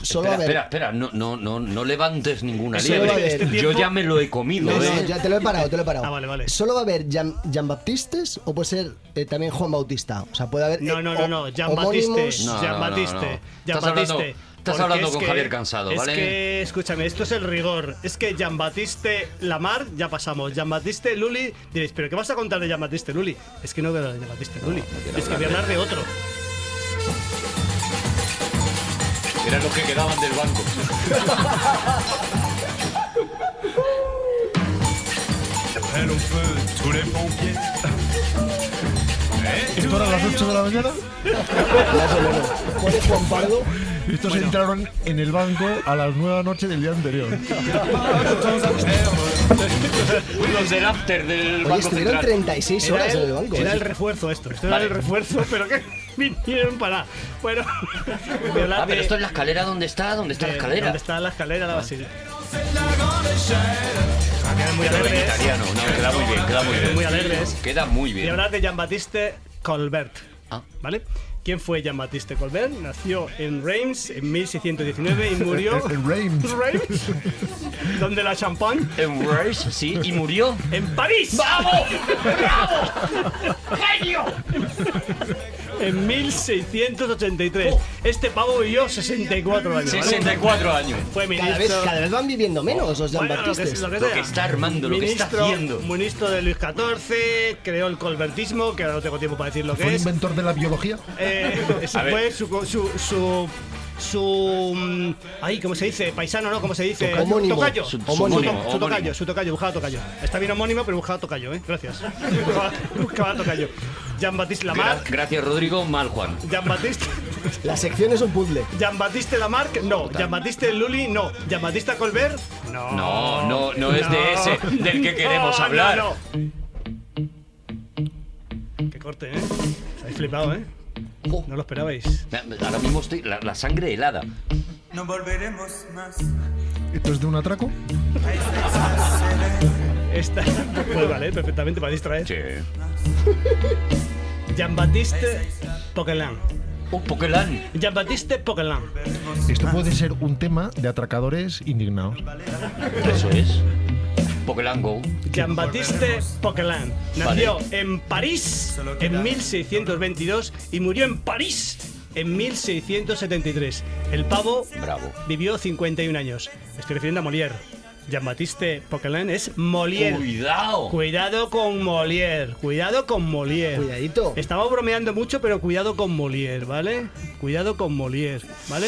solo espera, a ver. espera, espera, no, no, no, no levantes ninguna Eso iba a liebre. decir. Este Yo tiempo- ya me lo he comido, No, ¿eh? no, ya te lo he parado, te lo he parado. Ah, vale, vale. ¿Solo va a haber Jean, Jean Baptistes o puede ser eh, también Juan Bautista? O sea, puede haber. eh, No, no, no, o- no, Jean homónimos. Batiste, No, Jean no, Batiste, no, no. Jean Estás hablando- Batiste. estás Porque hablando es con que- Javier Cansado, ¿vale? Es que, escúchame, esto es el rigor. Es que Jean Batiste Lamar, ya pasamos. Jean Batiste Luli, diréis, ¿pero qué vas a contar de Jean Batiste Luli? Es que no voy a hablar de Jean Batiste Luli. es que voy a hablar de otro. Eran los que quedaban del banco. ¿Esto era a las 8 de la mañana? Más o menos. Pone Juan Pardo. Estos entraron en el banco a las 9 de la noche del día anterior. Los del after del Oye, banco estuvieron central. 36 Era horas en el, el banco. era ¿eh? el refuerzo esto. Esto Vale. era el refuerzo, pero que *laughs* vinieron para. Bueno, voy a hablar Ah, pero de- esto es la escalera donde está, donde está la de- escalera. ¿Dónde está la escalera? La basílica. muy Pero en alegres. italiano, no, queda muy bien, queda muy bien. Muy alegres. Queda muy Y bien. hablar de Jean-Baptiste Colbert. Ah. ¿Vale? ¿Quién fue Jean-Baptiste Colbert? Nació en Reims en 1619 y murió *laughs* En Reims. Reims, donde la champagne, En Rush, sí, y murió. en París, ¡Vamos! ¡Bravo! ¡Genio! en 1683. Este pavo vivió 64 años. ¿vale? 64 años. Fue Cada vez, ministro. cada vez van viviendo menos los Jean Bueno, lo que- Baptistes. lo que Lo sea. que está armando, lo que está Ministro- haciendo. Ministro de Luis XIV, creó el colbertismo, que ahora no tengo tiempo para decir lo ¿Fue que el es. inventor de la biología? Eh, ese A ver. fue su, su, su, su, mm, Ay, ¿cómo se dice? Paisano, ¿no? ¿Cómo se dice? Tocayo. Homónimo. Tocayo. Su- Su, su homónimo, to- su tocayo, homónimo. su tocayo, buscaba tocayo. Está bien homónimo, pero buscaba tocayo, ¿eh? Gracias. Buscaba, buscaba tocayo. Jean-Baptiste Gra- Lamarck, Gracias, Rodrigo. Mal, Juan. Jean-Baptiste La sección es un puzzle. Jean-Baptiste Lamarck, no. Jean-Baptiste Lully, no. Jean-Baptiste Colbert, no. No, no, no es de ese del que queremos No, no, hablar. no. Qué corte, ¿eh? Estáis flipado, ¿eh? No lo esperabais. Ahora mismo estoy. La, la sangre helada. No volveremos más. ¿Esto es de un atraco? Esta *laughs* puede valer perfectamente para distraer. Sí. Jean-Baptiste Poquelin. Un Pokelán. Jean-Baptiste Poquelin. Esto puede ser un tema de atracadores indignados. Eso es. Pokelán Go. Jean-Baptiste Poquelin. Vale. Nació en París en 1622 y murió en París en 1673. El pavo Bravo. vivió 51 años. Me Estoy refiriendo a Molière. Jean-Baptiste Poquelin es Molière. Cuidado. Cuidado con Molière, cuidado con Molière. Cuidadito. Estaba bromeando mucho, pero cuidado con Molière, ¿vale? Cuidado con Molière, ¿vale?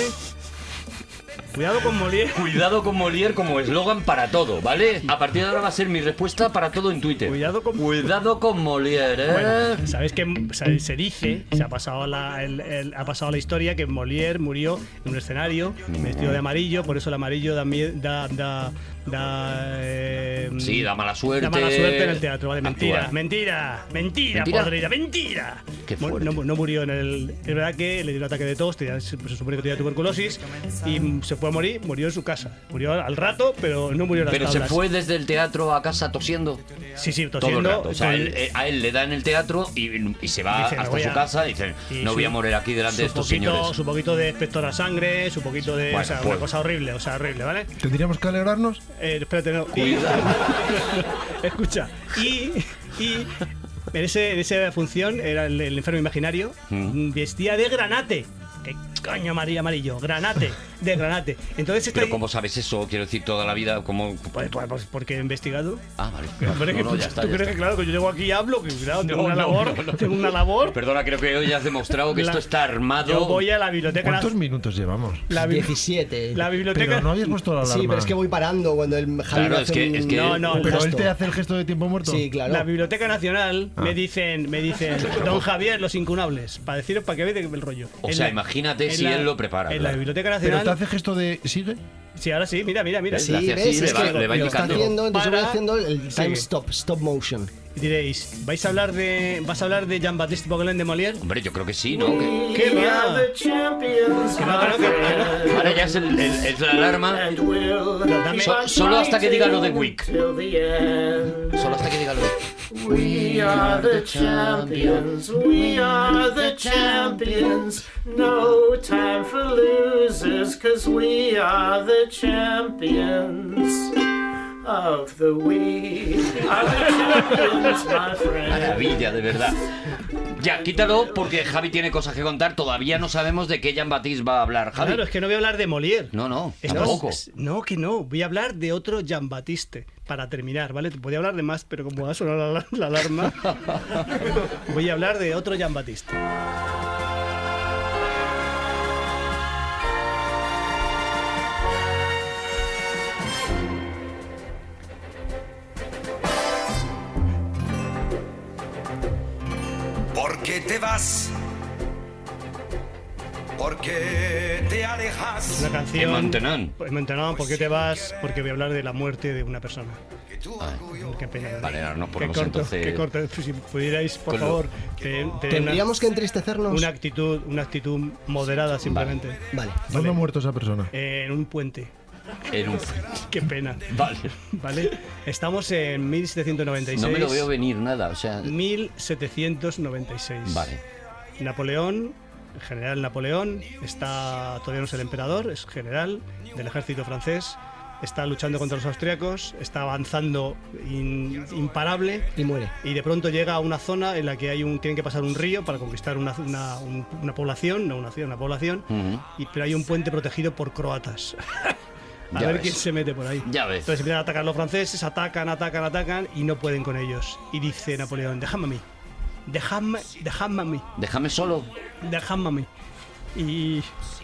Cuidado con Molière. Cuidado con Molière como eslogan para todo, ¿vale? A partir de ahora va a ser mi respuesta para todo en Twitter. Cuidado con- Cuidado con Molière, ¿eh? Bueno, sabes que se, se dice, se ha pasado la, el- el- ha pasado la historia que Molière murió en un escenario vestido de amarillo, por eso el amarillo da mie- da, da, da, eh, Sí, da mala suerte. Da mala suerte en el teatro, vale, Actuar. mentira, mentira, mentira, ¿Mentira? podrida, mentira. Qué Mu- fuerte. No, no murió en el. Es verdad que le dio un ataque de tos, tenía- se se supone que tenía tuberculosis y mm, se fue a morir, murió en su casa. Murió al rato, pero no murió en las Pero se tablas. fue desde el teatro a casa tosiendo. Sí, sí, todo tosiendo. el rato. O sea, todo- él- eh, a él le da en el teatro y, y se va Dice, "No hasta voy su a- casa. Dicen, y no su- voy a morir aquí delante de su estos poquito- señores. Su poquito de espectora sangre, su poquito de. Bueno, o sea, pues- una cosa horrible, o sea, horrible, ¿vale? ¿Tendríamos que alegrarnos? Eh, espérate, no. Y- *laughs* Escucha. Y, y en, ese- en esa función era el, el enfermo imaginario. Mm. Vestía de granate. ¿Qué coño amarillo, amarillo? Granate. De granate. Entonces está Pero ahí- ¿cómo sabes eso? Quiero decir, toda la vida, como... Pues, pues, pues, porque he investigado. Ah, vale. Hombre, que No, no, tú- ya está, ¿Tú ya crees que está. claro que yo llego aquí y hablo? Que cuidado, tengo No, una no, labor. no, no. Tengo una labor. Perdona, creo que hoy has demostrado que La- esto está armado. Yo voy a la biblioteca. na- ¿Cuántos minutos llevamos? La, bi- 17. la biblioteca. Pero no habías puesto la alarma. Sí, pero es que voy parando cuando el Javier Claro, hace es que- un- es que- No, no, un Pero él gesto. te hace el gesto de tiempo muerto. Sí, claro. La Biblioteca Nacional Ah. me dicen, me dicen, don Javier, los incunables, para deciros para que veáis de qué el rollo. O En sea, la- imagínate en si él lo prepara, En la claro. Biblioteca Pero te Nacional. hace gesto de sigue. Sí, ahora sí, mira, mira, mira. ¿Ves? Sí, Le hace así, ves, le es va- le que va lo está indicando. haciendo, entonces voy Para- haciendo el time Sigue. stop, stop motion. Y diréis, ¿vais a hablar de vas a hablar de Jean-Baptiste Poquelin de Molière? Hombre, yo creo que sí, ¿no? Que- ¿Qué We va? are the champions, my no, que no, que no. friend, Ahora ya es, el- el- es la alarma. and we'll dame- keep So- on solo hasta que diga lo de fighting Wick. till the end. Solo hasta que diga lo de- We are the champions, we are the champions. No time for losers, cause we are the champions of the we are the champions, my friend. Maravilla, de verdad. Ya, quítalo porque Javi tiene cosas que contar. Todavía no sabemos de qué Jean-Baptiste va a hablar. Javi. Claro, es que no voy a hablar de Molière. No, no, Es- tampoco. es- no, que no. Voy a hablar de otro Jean-Baptiste para terminar, ¿vale? Te podía hablar de más, pero como ha sonado la, alar- *laughs* la alarma, voy a hablar de otro Jean-Baptiste. ¿Por qué te vas? ¿Por qué te alejas? Una canción. Mantenón. Pues Mantenón, ¿por qué te vas? Porque voy a hablar de la muerte de una persona. Que tu Ah. orgullo Qué pena. Vale, ahora nos ponemos qué corto, entonces- Qué corto. Si pudierais, por eh, Con lo- favor, te- te- Tendríamos que entristecernos. Eh, una, una actitud, una actitud moderada simplemente. Eh, Vale. ¿Dónde ha muerto esa persona? En un puente. *laughs* En un- *laughs* Qué pena. Vale. Vale. Estamos en 1796. No me lo veo venir nada, o sea. 1796. Vale. Napoleón, el general Napoleón, está todavía no es el emperador, es general del ejército francés, está luchando contra los austriacos, está avanzando in- imparable Y muere. y de pronto llega a una zona en la que hay un tienen que pasar un río para conquistar una, una- un- una población, no una ciudad, una población, Ujú. y, pero hay un puente protegido por croatas. *laughs* a Ya ver ves. quién se mete por ahí. Ya ves. Entonces empiezan a atacar los franceses, atacan, atacan, atacan y no pueden con ellos. Y dice Napoleón, dejadme a mí, dejadme, dejadme a mí, Déjame solo. dejadme a mí. Y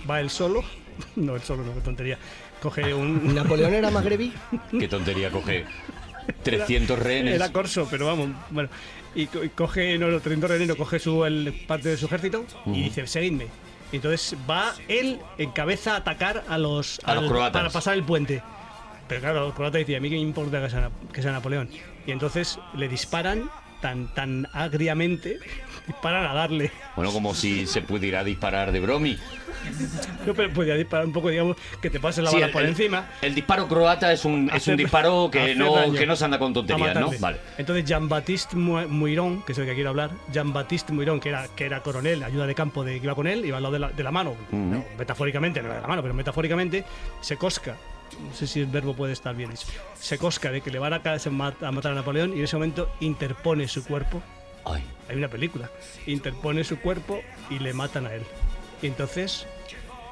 va él solo, *laughs* no él solo, no, qué tontería, coge *laughs* un... ¿Napoleón era magrebí? Qué tontería coge 300 rehenes. Era corso, pero vamos, bueno. Y, co- y coge, no, no, 300 rehenes, no, coge su, el, parte de su ejército y dice, seguidme. Y entonces va él en cabeza a atacar a los, A los al- croatas. para pasar el puente. Pero claro, los croatas decían, a mí que me importa que sea, Na- que sea Napoleón. Y entonces le disparan tan, tan agriamente, *laughs* disparan a darle. *laughs* Bueno, como si se pudiera disparar de bromi. No, pero podía disparar un poco, digamos, que te pase la Sí, bala el- por el- encima. El disparo croata es un, es un Hacer- *laughs* disparo que hacer no, daño. que no se anda con A tonterías, ¿no? matarle. Vale. Entonces Jean-Baptiste Mu- Muirón, que es el que quiero hablar, Jean-Baptiste Muirón, que era, que era coronel, ayuda de campo de, que iba con él, iba al lado de la, de la mano, Mm. metafóricamente, no era de la mano, pero metafóricamente, se cosca. No sé si el verbo puede estar bien dicho. Se cosca de que le van a, ca- se mat- a matar a Napoleón y en ese momento interpone su cuerpo. Ay. Hay una película. Interpone su cuerpo y le matan a él. Y entonces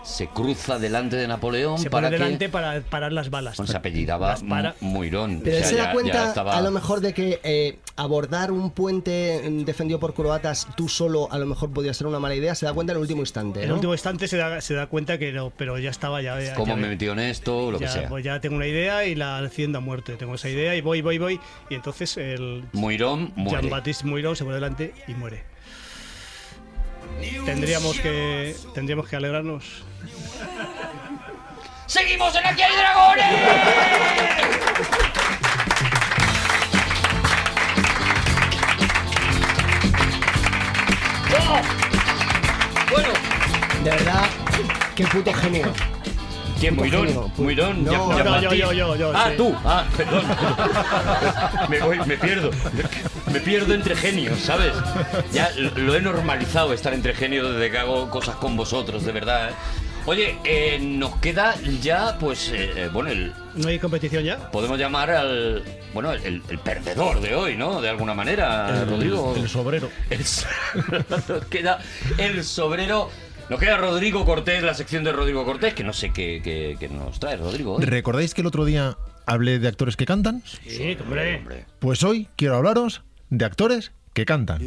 Se cruza delante de Napoleón se pone para delante que. para parar las balas. Bueno, se apellidaba Las para- Mu- Muirón. Pero O él sea, se ya- da ya cuenta, estaba- a lo mejor, de que eh, abordar un puente mm, defendido por croatas tú solo, a lo mejor podía ser una mala idea. Se da cuenta en el último instante. En el ¿no? último instante se da, se da cuenta que no, pero ya estaba, ya, ya- ¿Cómo ya- me he metido en esto? Lo que ya, sea. pues ya tengo una idea y la haciendo a muerte. Tengo esa idea y voy, voy, voy. Y entonces el Muirón muere. Jean-Baptiste Muirón se pone delante y muere. Tendríamos que, tendríamos que alegrarnos. ¡Seguimos en Aquí hay Dragones! De verdad, qué puto genio. ¿Quién? genio, Muirón. puto- Muirón. No, Jean- no, yo, Jean-Baptiste. yo, yo, yo, Ah, sí. tú. Ah, perdón. me, voy, me pierdo. Me pierdo entre genios, ¿sabes? Ya lo he normalizado estar entre genios desde que hago cosas con vosotros, de verdad. ¿eh? Oye, eh, nos queda ya, pues, eh, eh, bueno, el, ¿No hay competición ya? podemos llamar al, bueno, el, el- el perdedor de hoy, ¿no? De alguna manera, Rodrigo. el sobrero. El so- *laughs* nos queda el sobrero. Nos queda Rodrigo Cortés, la sección de Rodrigo Cortés, que no sé qué, qué- qué nos trae Rodrigo. ¿eh? hoy. ¿Recordáis que el otro día hablé de actores que cantan? Sí, hombre. Pues hoy quiero hablaros de actores que cantan.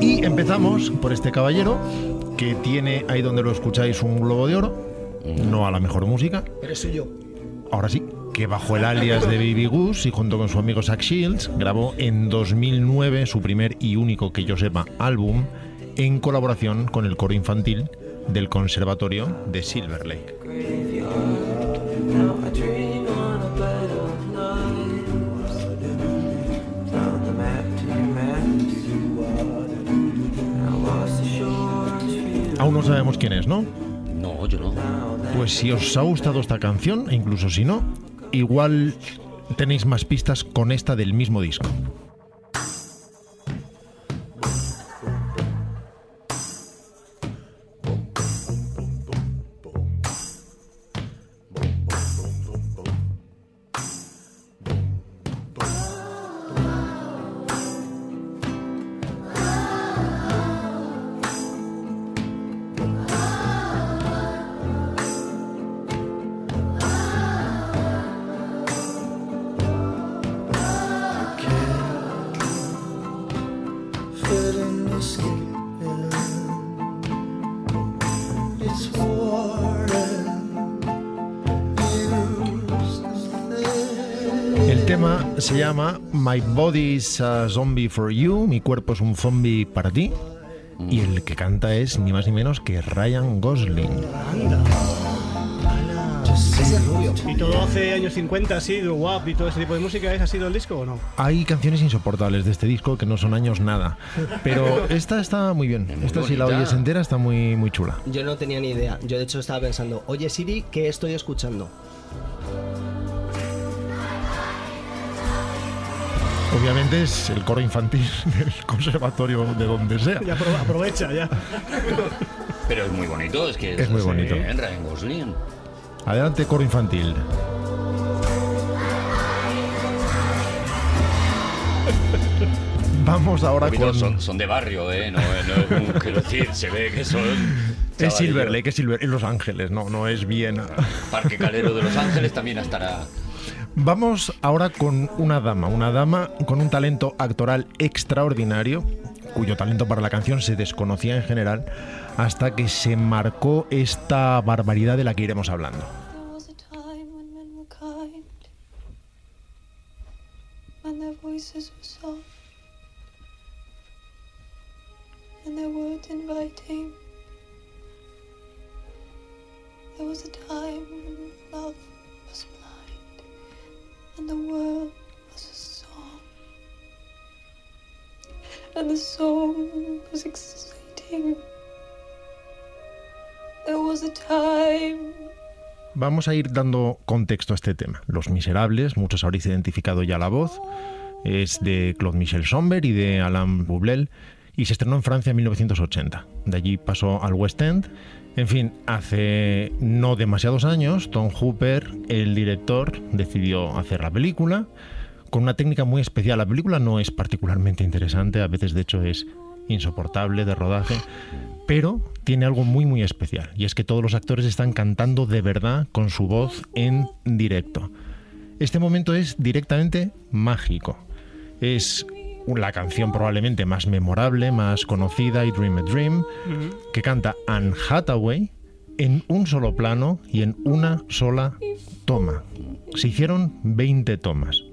Y empezamos por este caballero que tiene ahí donde lo escucháis un globo de oro, no a la mejor música, Pero soy yo. ahora sí, que bajo el alias de Baby Goose y junto con su amigo Zach Shields grabó en 2009 su primer y único que yo sepa álbum en colaboración con el coro infantil del Conservatorio de Silver Lake. Aún no sabemos quién es, ¿no? No, yo no. Pues si os ha gustado esta canción, e incluso si no, igual tenéis más pistas con esta del mismo disco. El tema se llama My Body's a Zombie for You, mi cuerpo es un zombie para ti. Y el que canta es ni más ni menos que Ryan Gosling. Y todo hace años 50, así, de guap y todo ese tipo de música, ¿es ha sido el disco o no? Hay canciones insoportables de este disco que no son años nada. Pero esta está muy bien. muy Esta si la bonita. oyes entera está muy, muy chula. Yo no tenía ni idea. Yo de hecho estaba pensando, oye Siri, ¿qué estoy escuchando? Obviamente es el coro infantil *laughs* del conservatorio de donde sea. Ya apro- aprovecha, ya. Pero es muy bonito, es que Es muy bonito. Ah, Sí, Ryan Gosling. Adelante, coro *laughs* infantil. Vamos ahora Poquito con... Son, son de barrio, ¿eh? No, no es un- *laughs* quiero decir, se ve que son. Es chavalillos. Silver Lake, es Silver es Los Ángeles, no, no es *laughs* Viena. Parque Calero *laughs* de Los Ángeles también estará. Vamos ahora con una dama, una dama con un talento actoral extraordinario, cuyo talento para la canción se desconocía en general, hasta que se marcó esta barbaridad de la que iremos hablando. and their voices were soft, and their words inviting. There was a time when love was blind, and the world was a song, and the song was exciting. There was a time Vamos a ir dando contexto a este tema. Los Miserables, muchos habréis identificado ya la voz, es de Claude Michel Sommer y de Alain Bublel y se estrenó en Francia en 1980. De allí pasó al West End. En fin, hace no demasiados años, Tom Hooper, el director, decidió hacer la película con una técnica muy especial. La película no es particularmente interesante, a veces de hecho es insoportable de rodaje, pero tiene algo muy muy especial y es que todos los actores están cantando de verdad con su voz en directo. Este momento es directamente mágico. Es la canción probablemente más memorable, más conocida, I Dream a Dream, que canta Anne Hathaway en un solo plano y en una sola toma. Se hicieron 20 tomas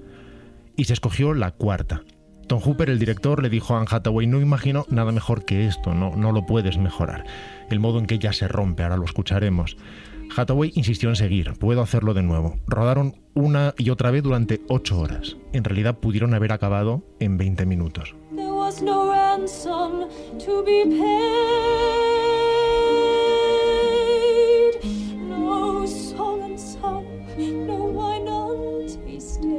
y se escogió la cuarta. Tom Hooper, el director, le dijo a Anne Hathaway, no imagino nada mejor que esto, no, no lo puedes mejorar. El modo en que ella se rompe, ahora lo escucharemos. Hathaway insistió en seguir, puedo hacerlo de nuevo. Rodaron una y otra vez durante ocho horas. En realidad pudieron haber acabado en 20 minutos. There was no ransom to be paid. No song and song, no wine untasted.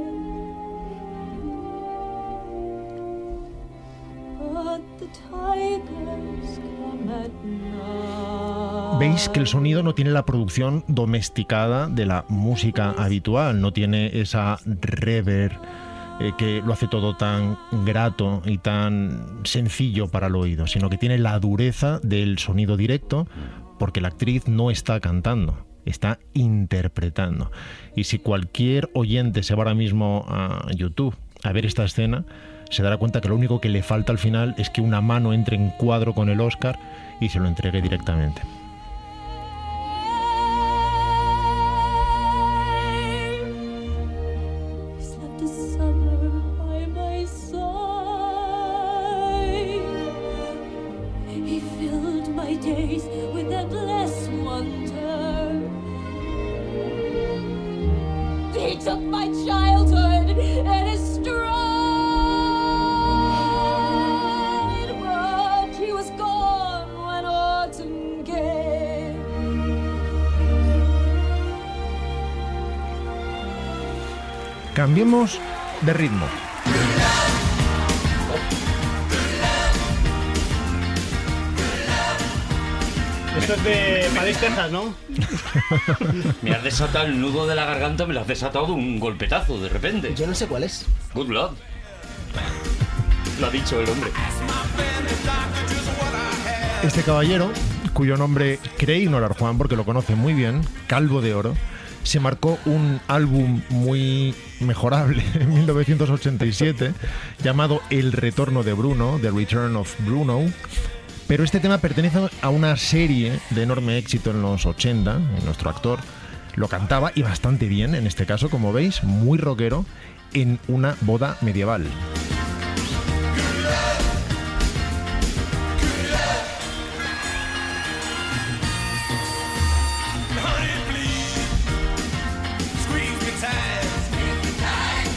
But the tigers come at night. Veis que el sonido no tiene la producción domesticada de la música habitual, no tiene esa reverb eh, que lo hace todo tan grato y tan sencillo para el oído, sino que tiene la dureza del sonido directo porque la actriz no está cantando. Está interpretando. Y si cualquier oyente se va ahora mismo a YouTube a ver esta escena, se dará cuenta que lo único que le falta al final es que una mano entre en cuadro con el Oscar y se lo entregue directamente. Is that the summer by my side? He filled my days with endless wonder. He took my childhood in his stride, but Oh, he was gone when autumn came. Cambiemos de ritmo. Esto es de Madrid, Texas, ¿no? Me has desatado el nudo de la garganta, me lo has desatado de un golpetazo de repente. Yo no sé cuál es. Good luck. Lo ha dicho el hombre. Este caballero, cuyo nombre cree ignorar Juan porque lo conoce muy bien, Calvo de Oro, se marcó un álbum muy mejorable *laughs* en 1987 llamado El Retorno de Bruno, The Return of Bruno. Pero este tema pertenece a una serie de enorme éxito en los 80. Nuestro actor lo cantaba y bastante bien, en este caso, como veis, muy rockero, en una boda medieval. Honey, please, squeeze me tight.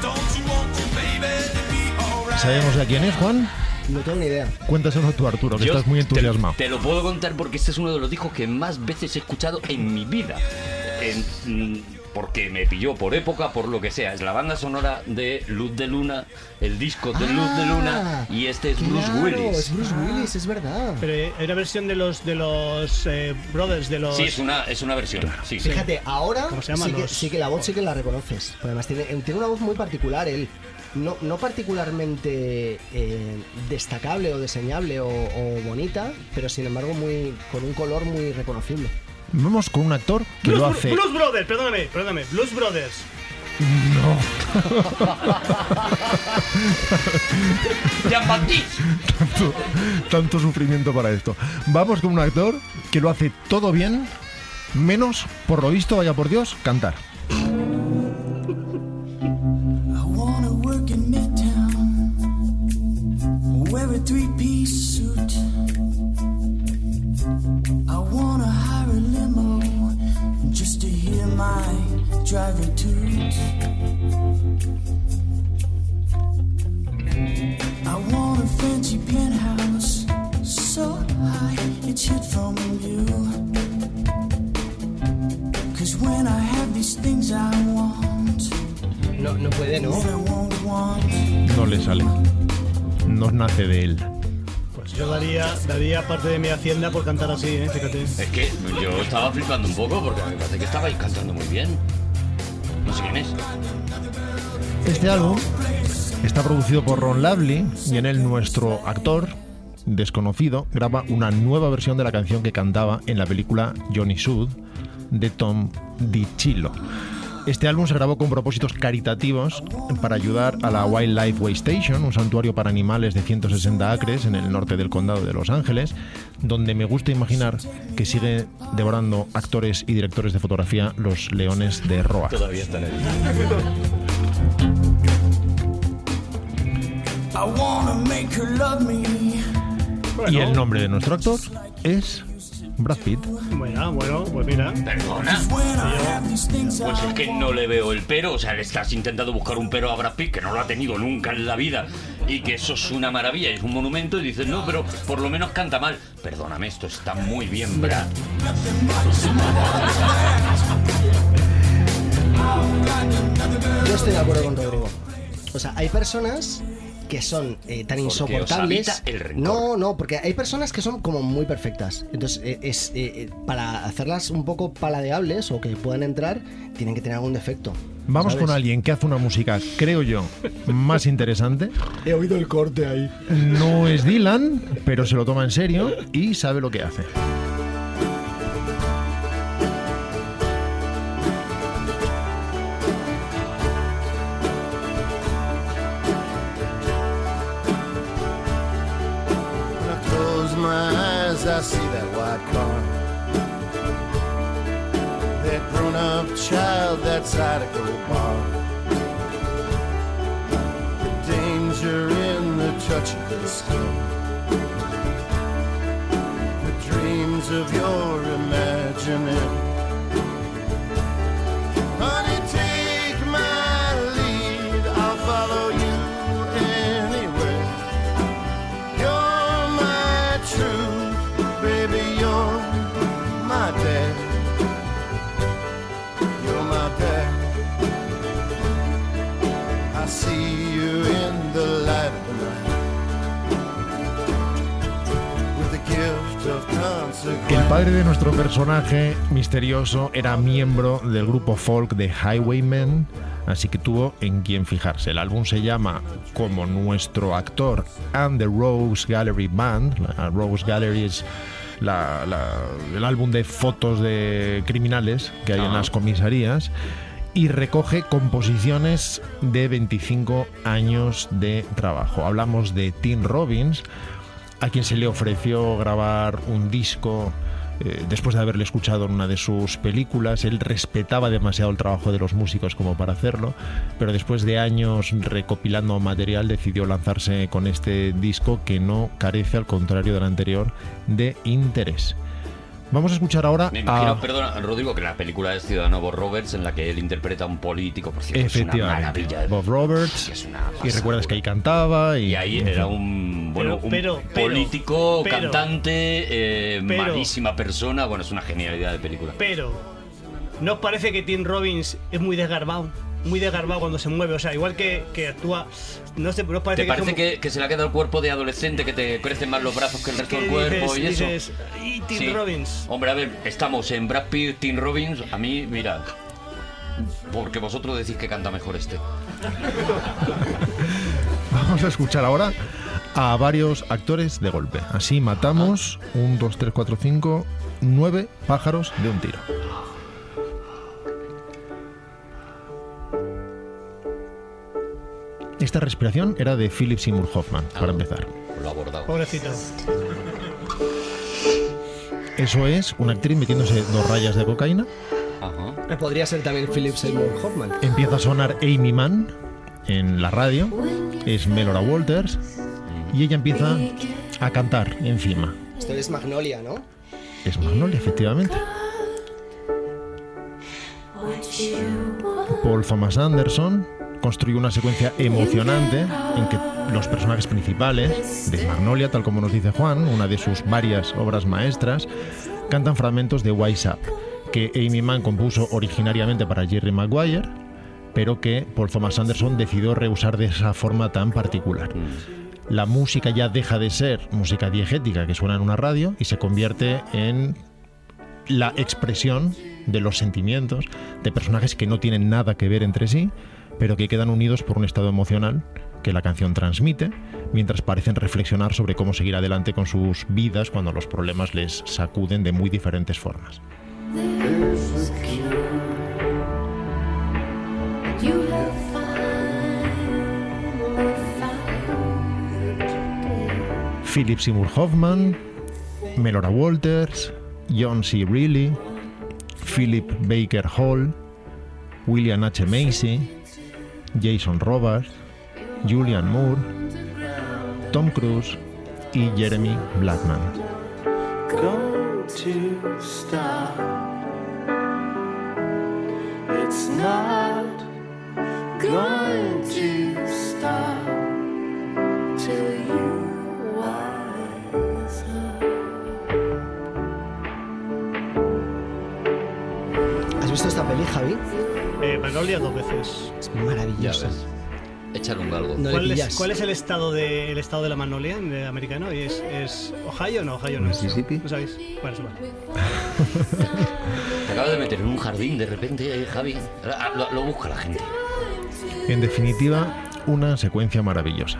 Don't you want your baby to be alright? ¿Sabemos ya quién es, Juan? No tengo ni idea. Cuéntaselo tú, Arturo, que Yo estás muy te- entusiasmado. Te, lo puedo contar porque este es uno de los discos que más veces he escuchado en mi vida. En- mm, porque me pilló por época, por lo que sea. Es la banda sonora de Luz de Luna, el disco de Luz de Luna, y este es Bruce Claro, Willis. Es Bruce Willis, es verdad. Pero eh, hay una versión de los de los eh, brothers de los. Sí, es una, es una versión. Sí, sí. Fíjate, ahora ¿Cómo se llaman sí que, los- sí que la voz sí que la reconoces. Pero además tiene, eh, tiene una voz muy particular él. No, no particularmente eh, destacable o diseñable o, o bonita, pero sin embargo muy con un color muy reconocible. Vamos con un actor que Blues, lo Bro- hace. Blues Brothers, perdóname, perdóname, Blues Brothers. No. *laughs* tanto, tanto sufrimiento para esto. Vamos con un actor que lo hace todo bien, menos, por lo visto, vaya por Dios, cantar. I wanna work in Midtown, wear a three-piece suit. I wanna hire a limo just to hear my driver toot. I want a fancy penthouse so high it's hid from you. Cause when I have these things I want. No, no puede, ¿no? No le sale. No nace de él. Pues yo daría, daría parte de mi hacienda por cantar así, ¿eh? Fíjate. Es que yo estaba flipando un poco porque me parece que estabais cantando muy bien. No sé quién es. Este álbum está producido por Ron Lovely y en él nuestro actor desconocido graba una nueva versión de la canción que cantaba en la película Johnny Sud de Tom DiCillo. Este álbum se grabó con propósitos caritativos para ayudar a la Wildlife Way Station, un santuario para animales de 160 acres en el norte del condado de Los Ángeles, donde me gusta imaginar que sigue devorando actores y directores de fotografía los leones de Roa. Todavía están ahí. I wanna make her love me. Y el nombre de nuestro actor es Brad Pitt. Bueno, bueno, pues mira. Perdona. Pues es que no le veo el pero. O sea, le estás intentando buscar un pero a Brad Pitt que no lo ha tenido nunca en la vida y que eso es una maravilla, es un monumento. Y dices, no, pero por lo menos canta mal. Perdóname, esto está muy bien, Brad. Yo estoy de acuerdo con Rodrigo. O sea, hay personas que son eh, tan Porque os insoportables. habita el rencor. no, no, porque hay personas que son como muy perfectas. Entonces, eh, es eh, eh, para hacerlas un poco paladeables o que puedan entrar, tienen que tener algún defecto. Vamos ¿sabes? con alguien que hace una música, creo yo, más interesante. He oído el corte ahí. No es Dylan, pero se lo toma en serio y sabe lo que hace. When I close my eyes, I see that white car. That grown up child that's out of go bar. The danger in the touch of the skin. The dreams of your imagining. Honey, take my lead. I'll follow you anywhere. You're my truth, baby. You're my dad. You're my dad. I see you in the light of the night with the gift of El consequence. padre de nuestro personaje misterioso era miembro del grupo folk de Highwaymen, así que tuvo en quien fijarse. El álbum se llama, como nuestro actor, And the Rose Gallery Band. La Rose Gallery es la- la- el álbum de fotos de criminales que hay en las comisarías. Y recoge composiciones de 25 años de trabajo. Hablamos de Tim Robbins, a quien se le ofreció grabar un disco eh, después de haberle escuchado en una de sus películas. Él respetaba demasiado el trabajo de los músicos como para hacerlo, pero después de años recopilando material decidió lanzarse con este disco que no carece, al contrario del anterior, de interés. Vamos a escuchar ahora Me imagino, a... perdona, Rodrigo, que la película es Ciudadano Bob Roberts en la que él interpreta a un político, por cierto. Es una maravilla. Efectivamente, Bob Roberts. Y recuerdas que ahí cantaba. Y, Y ahí en fin. era un, bueno, Pero, un pero, pero, político, pero, cantante, eh, pero. malísima persona. Bueno, es una genialidad de película. Pero, ¿no os parece que Tim Robbins es muy desgarbado? Muy desgarbado cuando se mueve, o sea, igual que, que actúa. No sé, pero os parece ¿Te que parece es como- que, que se le ha quedado el cuerpo de adolescente, que te crecen más los brazos que el resto que del cuerpo dices- y eso? dices, "Y Tim Sí. Robbins. Hombre, a ver, estamos en Brad Pitt, Tim Robbins. A mí, mira, porque vosotros decís que canta mejor este. Vamos a escuchar ahora a varios actores de golpe. Así matamos un, dos, tres, cuatro, cinco, nueve pájaros de un tiro. Esta respiración era de Philip Seymour Hoffman, para empezar. Lo ha abordado. Pobrecito. Eso es una actriz metiéndose dos rayas de cocaína. Podría ser también Philip Seymour Hoffman. Empieza a sonar Amy Mann en la radio, es Melora Walters, y ella empieza a cantar encima. Esto es Magnolia, ¿no? Es Magnolia, efectivamente. Paul Thomas Anderson construye una secuencia emocionante en que los personajes principales de Magnolia, tal como nos dice Juan, una de sus varias obras maestras, cantan fragmentos de Wise Up, que Amy Mann compuso originariamente para Jerry Maguire, pero que Paul Thomas Anderson decidió rehusar de esa forma tan particular. La música ya deja de ser música diegética que suena en una radio y se convierte en la expresión de los sentimientos de personajes que no tienen nada que ver entre sí, pero que quedan unidos por un estado emocional que la canción transmite, mientras parecen reflexionar sobre cómo seguir adelante con sus vidas cuando los problemas les sacuden de muy diferentes formas. There's a cure that you have finally found today. Philip Seymour Hoffman, Melora Walters, John C. Reilly, Philip Baker Hall, William H. Macy, Jason Robards, Julian Moore, Tom Cruise y Jeremy Blackman. Going to stop. It's not going to stop till you wise up. ¿Has visto esta peli, Javi? Eh, Magnolia dos veces. Es maravillosa. Echar un galgo. No le ¿Cuál es, pillas. cuál es el estado de el estado de la magnolia en el americano? ¿Y ¿Es, es Ohio o no? Ohio no es. Mississippi. ¿No sabéis? Bueno, es igual. Te acabas de meter en un jardín de repente, eh, Javi. Ah, Lo, lo busca la gente. En definitiva, una secuencia maravillosa.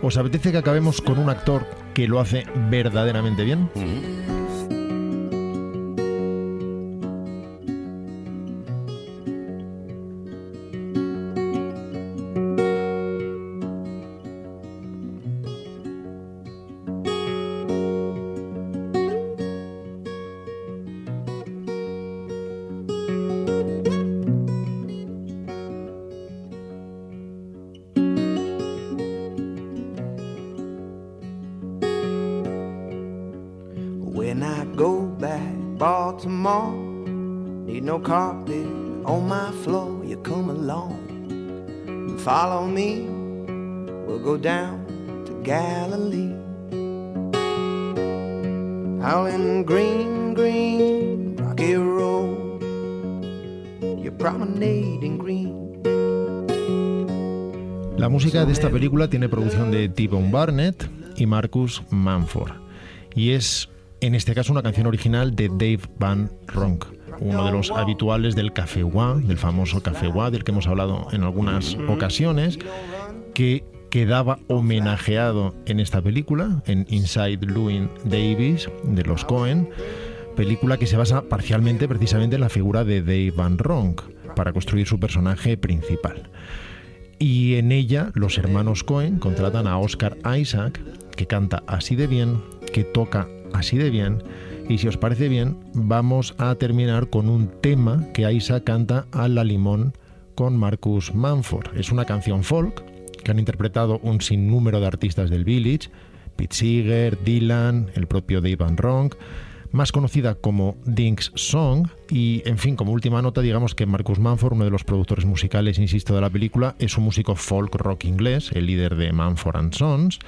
¿Os apetece que acabemos con un actor que lo hace verdaderamente bien? When I go back Baltimore, need no carpet on my floor. You come along and follow me. We'll go down to Galilee. Out in green, green, rocky road. You promenade in green. La música de esta película tiene producción de T-Bone Barnett y Marcus Manford. Y es, en este caso, una canción original de Dave Van Ronk, uno de los habituales del Café Wa, del famoso Café Wa, del que hemos hablado en algunas ocasiones, que quedaba homenajeado en esta película, en Inside Louis Davis, de los Cohen, película que se basa parcialmente precisamente en la figura de Dave Van Ronk para construir su personaje principal y en ella los hermanos Cohen contratan a Oscar Isaac, que canta así de bien, que toca así de bien, y si os parece bien, vamos a terminar con un tema que Isaac canta a la limón con Marcus Manford. Es una canción folk que han interpretado un sinnúmero de artistas del Village, Pete Seeger, Dylan, el propio Dave Van Ronk, más conocida como Dink's Song. Y, en fin, como última nota, digamos que Marcus Manford, uno de los productores musicales, insisto, de la película, es un músico folk rock inglés, el líder de Manford and Sons.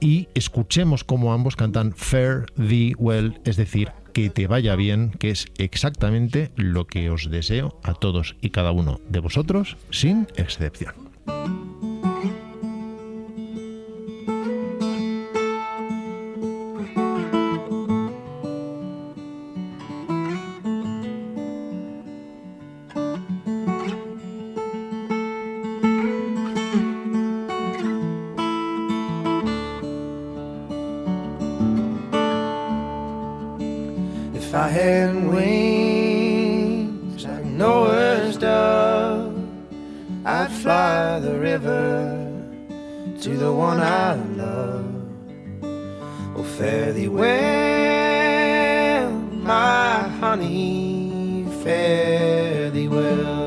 Y escuchemos cómo ambos cantan Fare Thee Well, es decir, que te vaya bien, que es exactamente lo que os deseo a todos y cada uno de vosotros, sin excepción. If I had wings like Noah's dove, I'd I fly the river to the one I love. Oh, fare thee well, my honey, fare thee well.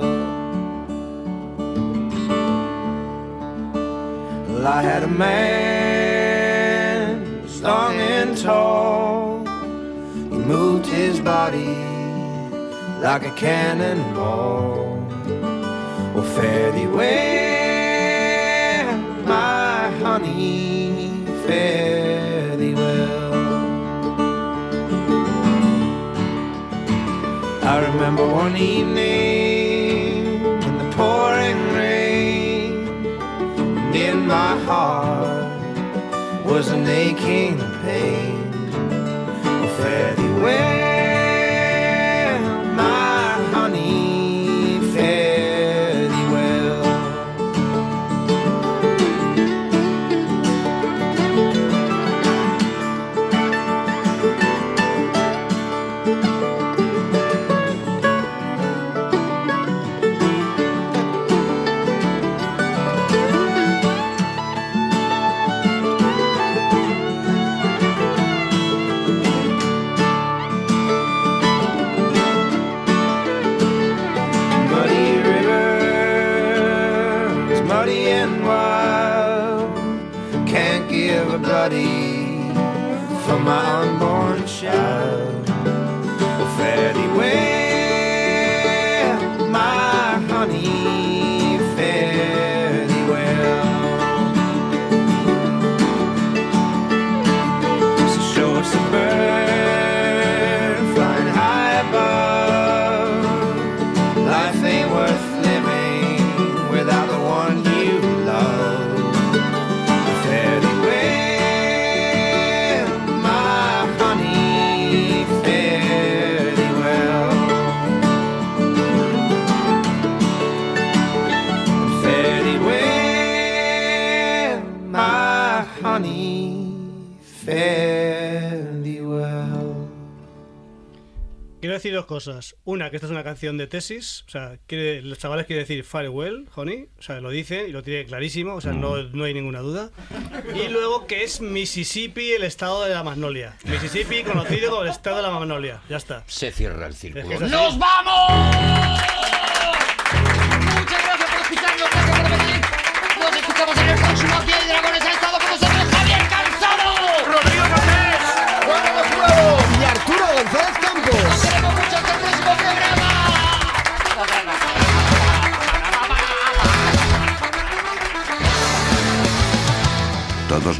Well, I had a man, was long and tall. He moved his body like a cannonball. Oh, fare thee well, my honey, fare thee well. I remember one evening in the pouring rain and in my heart was an aching pain. Oh, fare thee well, my honey, fare thee well. Muddy river, it's muddy and wild. Can't give a bloody for my unborn child. Oh, fare thee well, my honey, fare thee well. So show us the bird flying high above. Life ain't worth living without the one you love. Fare thee well, my honey, fare thee well. Fare thee well, my honey, fare thee well. Quiero decir dos cosas. Una, que esta es una canción de tesis. O sea, quiere- los chavales quieren decir farewell, honey. O sea, lo dicen y lo tienen clarísimo. O sea, no, no hay ninguna duda. Y luego que es Mississippi el estado de la magnolia. Mississippi conocido como el estado de la magnolia. Ya está. Se cierra el círculo. Es así. ¡Nos vamos! Muchas gracias por escucharnos, gracias por venir. Nos escuchamos en el próximo Piel y Dragones. Ha estado con nosotros Javier Calzado. Rodrigo Cortés. Juan de Y Arturo González Campos. Queremos mucho hasta el próximo programa. Todos